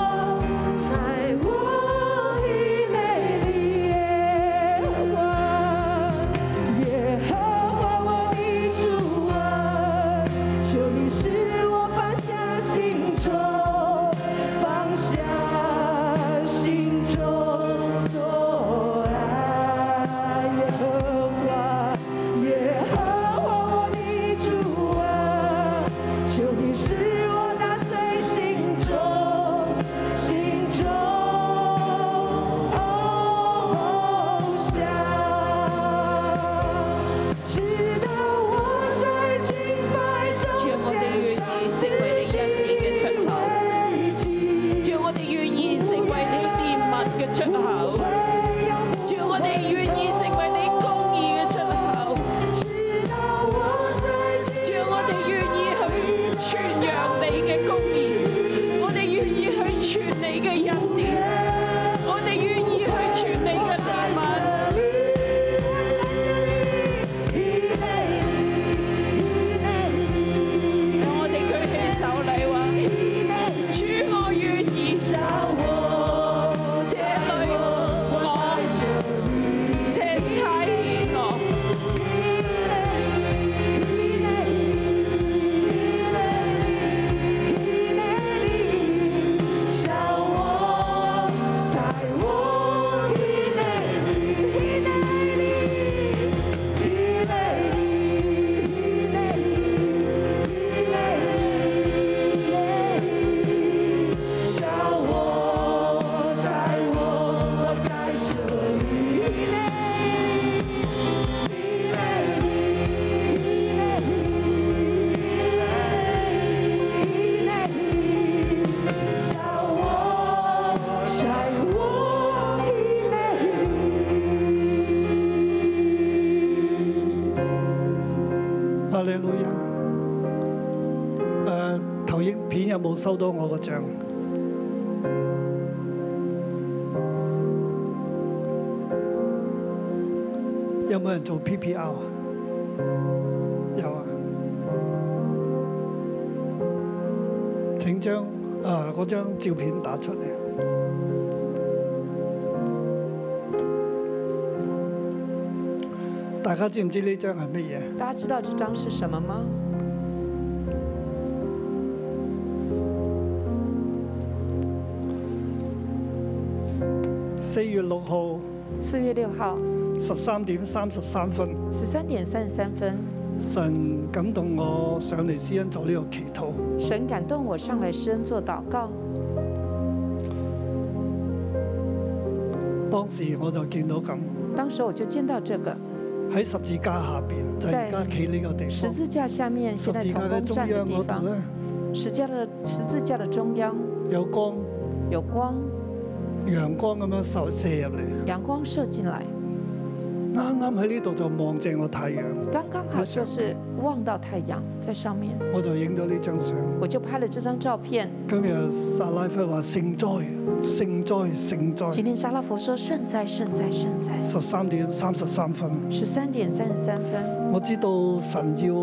Speaker 4: 在我以内的耶和华，耶和华我的主啊，求你使我放下心中，放下心中所爱，耶和华，耶和华我的主啊，求你使我打碎心中。心中翱翔，直到我在敬拜中献上
Speaker 5: 主，我哋願意成為你憐憫嘅出口，主，我哋願意成為你公義嘅出口，主，我哋願意去傳揚你嘅公義，我哋願意去傳你嘅恩典，我哋願意去傳你嘅憐憫。讓我哋舉起手嚟話，主我願意，這裏我，請差遣我，
Speaker 2: 阿利路亞！誒、投影片有冇收到我個像？有冇人做 PPR 啊？有啊！呃請將誒嗰張照片打出嚟。大家知唔知呢張係乜嘢？
Speaker 3: 大家知道这张是什么吗？
Speaker 2: 四月六號
Speaker 3: 四月六号
Speaker 2: 十三點三十三分，
Speaker 3: 十三点三十三分，
Speaker 2: 神感動我上嚟施恩做呢個祈禱。
Speaker 3: 神感动我上来施恩做祷告。
Speaker 2: 當時我就見到咁
Speaker 3: 当时我就见到这个
Speaker 2: 喺十字架下邊，就係而家企呢個地
Speaker 3: 十
Speaker 2: 方。
Speaker 3: 字架下面，
Speaker 2: 十
Speaker 3: 现在
Speaker 2: 字架
Speaker 3: 童
Speaker 2: 嘅
Speaker 3: 工
Speaker 2: 中
Speaker 3: 站的
Speaker 2: 央
Speaker 3: 地
Speaker 2: 嗰
Speaker 3: 方
Speaker 2: 度，咧
Speaker 3: 十字架的十字架的中央
Speaker 2: 有光
Speaker 3: 有光，
Speaker 2: 陽光咁樣射射入嚟，
Speaker 3: 阳光射进来，
Speaker 2: 啱啱喺呢度就望正個太陽，
Speaker 3: 刚刚好就是望到太阳在上面，
Speaker 2: 我就影咗呢張相。
Speaker 3: 我就拍了这张照片。
Speaker 2: 今日撒拉菲話聖哉，聖哉，聖
Speaker 3: 今
Speaker 2: 哉。
Speaker 3: 天沙拉佛说圣哉，圣哉，圣哉。
Speaker 2: 十三點三十三分，
Speaker 3: 十三点三十三分，
Speaker 2: 我知道神要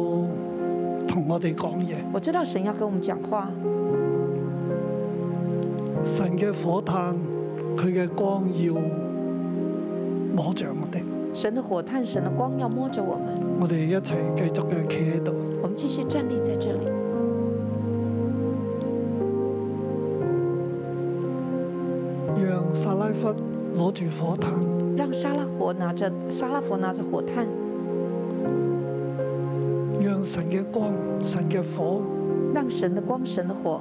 Speaker 2: 同我哋講嘢，
Speaker 3: 我知道神要跟我们讲话，
Speaker 2: 神嘅火炭，佢嘅光要摸着我哋，
Speaker 3: 神的火炭，神的光要摸着我们，
Speaker 2: 我哋一齊繼續嘅企喺度。
Speaker 3: 我们继续站立在这里。
Speaker 2: 讓撒拉弗攞住火炭，
Speaker 3: 让沙拉佛拿着沙拉佛拿着火炭，
Speaker 2: 讓神嘅光、神嘅火
Speaker 3: 让神的光、神的火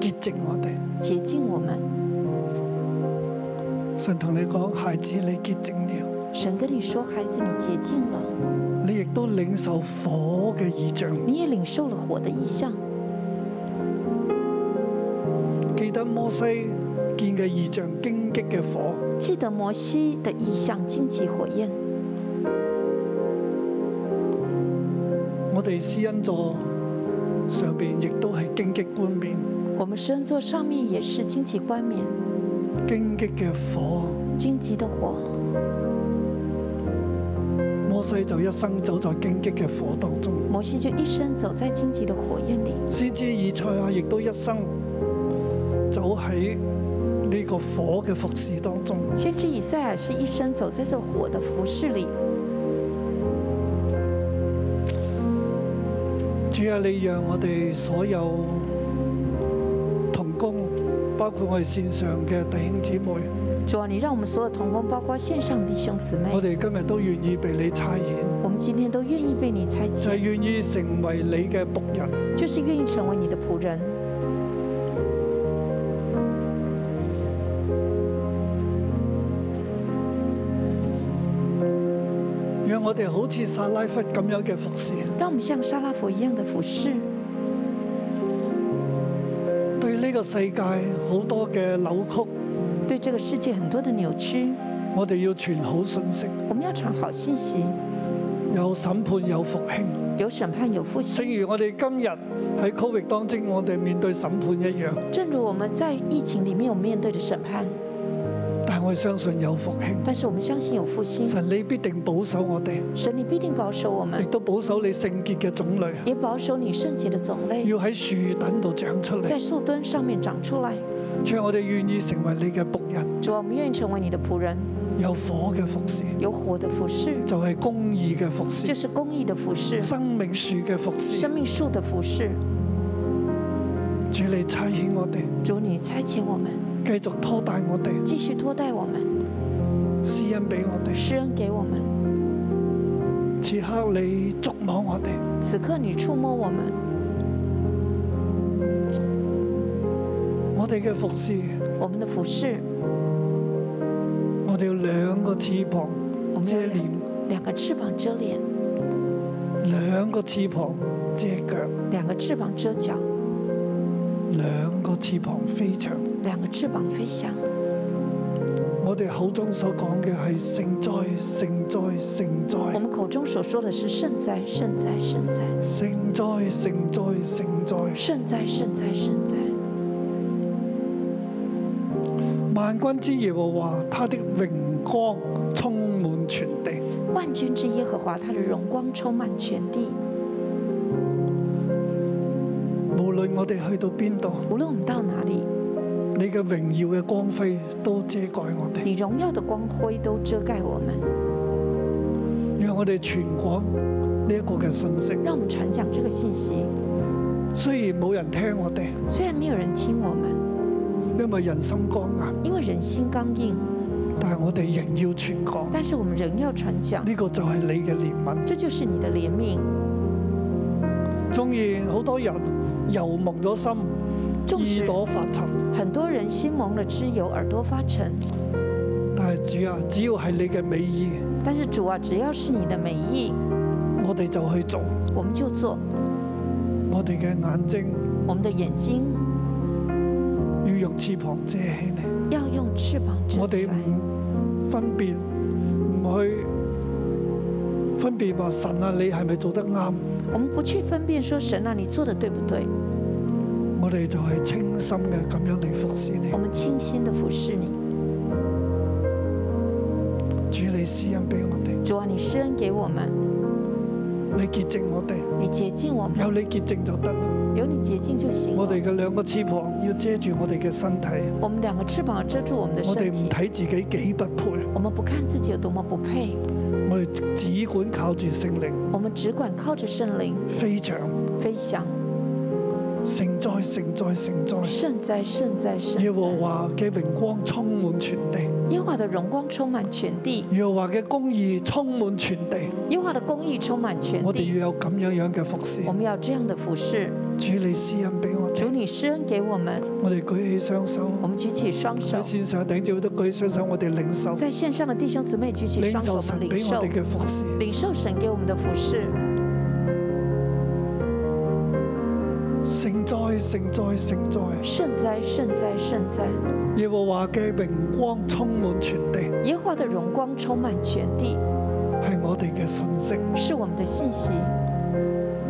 Speaker 2: 潔淨我哋。
Speaker 3: 洁净我们。
Speaker 2: 神同你講，孩子你潔淨了，
Speaker 3: 神跟你说，孩子，你洁净了，
Speaker 2: 你亦都領受火嘅異象。
Speaker 3: 你也领受了火的意象。
Speaker 2: 記得摩西見嘅異象，荊棘嘅火，
Speaker 3: 记得摩西的意象，荆棘火焰。
Speaker 2: 我哋施恩座上邊亦都係荊棘冠冕，
Speaker 3: 我们身座上面也是荆棘冠冕，
Speaker 2: 荊棘嘅火。
Speaker 3: 荆棘的火。
Speaker 2: 摩西就一生走在荊棘嘅火當中，
Speaker 3: 摩西就一生走在荆棘的火焰里，
Speaker 2: 先知以賽亞亦都一生走喺呢個火嘅服侍當中。
Speaker 3: 先知以赛亚是一生走在这火的服饰里。
Speaker 2: 主啊，你讓我哋所有同工，包括我哋線上嘅弟兄姊妹，
Speaker 3: 主啊，你让我们所有同工，包括线上的弟兄姊妹
Speaker 2: 我，哋今日都願意被你差遣，
Speaker 3: 我们今天都愿意被你差
Speaker 2: 就係、
Speaker 3: 遣，
Speaker 2: 願意成為你嘅仆人，
Speaker 3: 就是愿意成为你的仆人，
Speaker 2: 讓我哋好似撒拉弗咁樣嘅服侍，
Speaker 3: 让我们像沙拉佛一样的服侍，
Speaker 2: 對呢個世界好多嘅扭曲，
Speaker 3: 对这个世界很多的扭曲，
Speaker 2: 我哋要傳好信息，
Speaker 3: 我们要传好信息，
Speaker 2: 有審判有復興。
Speaker 3: 有审判有复兴。
Speaker 2: 正如我哋今日喺 Covid 當中，我哋面對審判一樣，
Speaker 3: 正如我们在疫情里面有面对的审判，
Speaker 2: 但我哋相信有復興。
Speaker 3: 但是我们相信有复兴，
Speaker 2: 神你必定保守我哋，
Speaker 3: 神你必定保守我
Speaker 2: 亦
Speaker 3: 们，
Speaker 2: 都保守你聖潔嘅種類。
Speaker 3: 也保守你圣洁的种类，
Speaker 2: 要喺樹墩度長出
Speaker 3: 在
Speaker 2: 嚟。
Speaker 3: 树墩上面长出来。
Speaker 2: 主啊，我哋願意成為你嘅仆人，
Speaker 3: 主啊，我们愿意成为你的仆人，
Speaker 2: 有火嘅服侍，
Speaker 3: 有火的服侍，
Speaker 2: 就係公義嘅服
Speaker 3: 这
Speaker 2: 侍，
Speaker 3: 是公益的服侍，
Speaker 2: 生命樹嘅服侍。
Speaker 3: 生命树的服侍。
Speaker 2: 主你差遣我哋，
Speaker 3: 主，你差遣我们，
Speaker 2: 繼續拖帶我哋，
Speaker 3: 继续托带我们，
Speaker 2: 施恩俾我哋。
Speaker 3: 施恩给我们。
Speaker 2: 此刻你觸摸我哋，
Speaker 3: 此刻你触摸我们，
Speaker 2: 我哋嘅服侍，
Speaker 3: 我们的服饰，
Speaker 2: 我哋有兩個翅膀
Speaker 3: 我们
Speaker 2: 遮
Speaker 3: 有
Speaker 2: 臉，
Speaker 3: 两两个翅膀遮脸，
Speaker 2: 兩個翅膀遮腳，
Speaker 3: 两个翅膀遮脚，
Speaker 2: 兩個翅膀飛翔。
Speaker 3: 两个翅膀飞翔。
Speaker 2: 我哋口中所講嘅係聖哉、聖哉、聖哉。
Speaker 3: 我们口中所说的是圣哉，圣哉，圣哉，
Speaker 2: 聖哉，聖哉，聖哉！
Speaker 3: 圣哉，圣哉，圣哉。
Speaker 2: 萬軍之耶和華，他的榮光充滿全地。
Speaker 3: 万军之耶和华，他的荣光充满全地。
Speaker 2: 無論我哋去到邊度，
Speaker 3: 无论我们到哪里，
Speaker 2: 你嘅榮耀嘅光輝都遮蓋我哋，
Speaker 3: 你荣耀的光辉都遮盖我们，
Speaker 2: 讓我哋傳講呢一個嘅信息。
Speaker 3: 让我们传讲这个信息。
Speaker 2: 雖然冇人聽我哋，
Speaker 3: 虽然没有人听我们，
Speaker 2: 因為人心剛硬，
Speaker 3: 因为人心刚硬，
Speaker 2: 但係我哋仍要傳講。
Speaker 3: 但是我们仍要传讲。
Speaker 2: 呢個就係你嘅憐憫。
Speaker 3: 这就是你的怜悯。
Speaker 2: 縱然好多人油蒙咗心，
Speaker 3: 纵使
Speaker 2: 耳朵發沉，
Speaker 3: 很多人心蒙了脂油，耳朵发沉，
Speaker 2: 但係主啊，只要係你嘅美意，
Speaker 3: 但是主啊，只要是你的美意，
Speaker 2: 我哋就去做。
Speaker 3: 我们就做。
Speaker 2: 我哋嘅眼睛
Speaker 3: 我们的眼睛
Speaker 2: 要用翅膀遮起你。
Speaker 3: 要用翅膀遮
Speaker 2: 我
Speaker 3: 起
Speaker 2: 哋
Speaker 3: 来。
Speaker 2: 唔分辨，唔去分辨話神啊，你係咪做得啱？
Speaker 3: 我们不去分辨说神啊，你做的对不对？
Speaker 2: 我哋就係清心嘅咁樣嚟服侍你
Speaker 3: 我。们清心的服侍你。
Speaker 2: 主你施恩俾我哋，
Speaker 3: 主啊，你施恩给我们，
Speaker 2: 你潔淨我哋，
Speaker 3: 你洁净我们，
Speaker 2: 有你潔淨就得啦。
Speaker 3: 有你洁净就行
Speaker 2: 我
Speaker 3: 了。
Speaker 2: 哋嘅兩個翅膀要遮住我哋嘅身體，
Speaker 3: 我们两个翅膀遮住我们的
Speaker 2: 我哋
Speaker 3: 身
Speaker 2: 唔
Speaker 3: 体，
Speaker 2: 睇自己幾不配，
Speaker 3: 我们不看自己有多么不配，
Speaker 2: 我哋只管靠住聖靈
Speaker 3: 我们只管靠着圣灵
Speaker 2: 飛翔，
Speaker 3: 飞翔。
Speaker 2: 盛載盛載盛載。
Speaker 3: 圣哉，圣哉，圣哉！
Speaker 2: 耶和華嘅榮光充滿全地，
Speaker 3: 耶和华的荣光充满全地，
Speaker 2: 耶和華嘅公義充滿全地。
Speaker 3: 耶和华的公义充满全
Speaker 2: 我哋
Speaker 3: 地。
Speaker 2: 要有咁樣樣嘅服侍
Speaker 3: 我。们要这样的服侍，
Speaker 2: 主你施恩俾我
Speaker 3: 主
Speaker 2: 哋，
Speaker 3: 你施恩给我们。
Speaker 2: 我哋舉起雙手
Speaker 3: 我们举起双手
Speaker 2: 喺，線上頂照都舉起雙手，我哋領受
Speaker 3: 在线上的弟兄姊妹举起
Speaker 2: 領
Speaker 3: 双手，
Speaker 2: 受
Speaker 3: 我
Speaker 2: 神
Speaker 3: 们
Speaker 2: 俾
Speaker 3: 领
Speaker 2: 我
Speaker 3: 受
Speaker 2: 哋嘅服侍。
Speaker 3: 领受神给我们的服侍。
Speaker 2: 聖哉聖哉聖哉！
Speaker 3: 圣哉，圣哉，圣哉！
Speaker 2: 耶和華嘅榮光充滿全地，
Speaker 3: 耶和华的荣光充满全地，
Speaker 2: 係我哋嘅信息，
Speaker 3: 是我们的信息，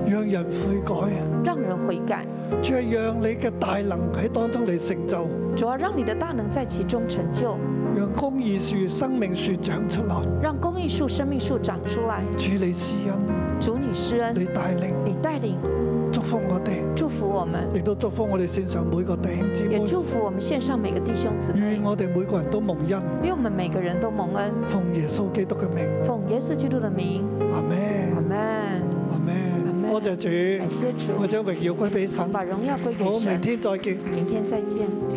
Speaker 2: 讓人悔改。啊
Speaker 3: 让人悔改。
Speaker 2: 主係讓你嘅大能喺當中嚟成就，
Speaker 3: 主要让你的大能在其中成就，
Speaker 2: 讓公義樹、生命樹長出來。
Speaker 3: 让公益树、生命树长出来。
Speaker 2: 主你施恩，
Speaker 3: 主你施
Speaker 2: 你
Speaker 3: 恩，
Speaker 2: 帶領
Speaker 3: 你带领
Speaker 2: 祝福我哋，
Speaker 3: 祝福我们，
Speaker 2: 亦都祝福我哋線上每個弟兄姊
Speaker 3: 也
Speaker 2: 妹。
Speaker 3: 祝福我们线上每个弟兄姊妹
Speaker 2: 願。我哋每個人都蒙恩。
Speaker 3: 愿我们每个人都蒙恩，
Speaker 2: 奉耶穌基督嘅名，
Speaker 3: 奉耶稣基督的名，
Speaker 2: 阿
Speaker 3: 阿
Speaker 2: 門，
Speaker 3: 门。
Speaker 2: 阿門，
Speaker 3: Amen
Speaker 2: 多謝
Speaker 3: 感
Speaker 2: 主，
Speaker 3: 谢主
Speaker 2: 我，将榮耀歸俾神
Speaker 3: 我。把荣耀归给
Speaker 2: 好，明
Speaker 3: 神。
Speaker 2: 天再見。
Speaker 3: 明天再见。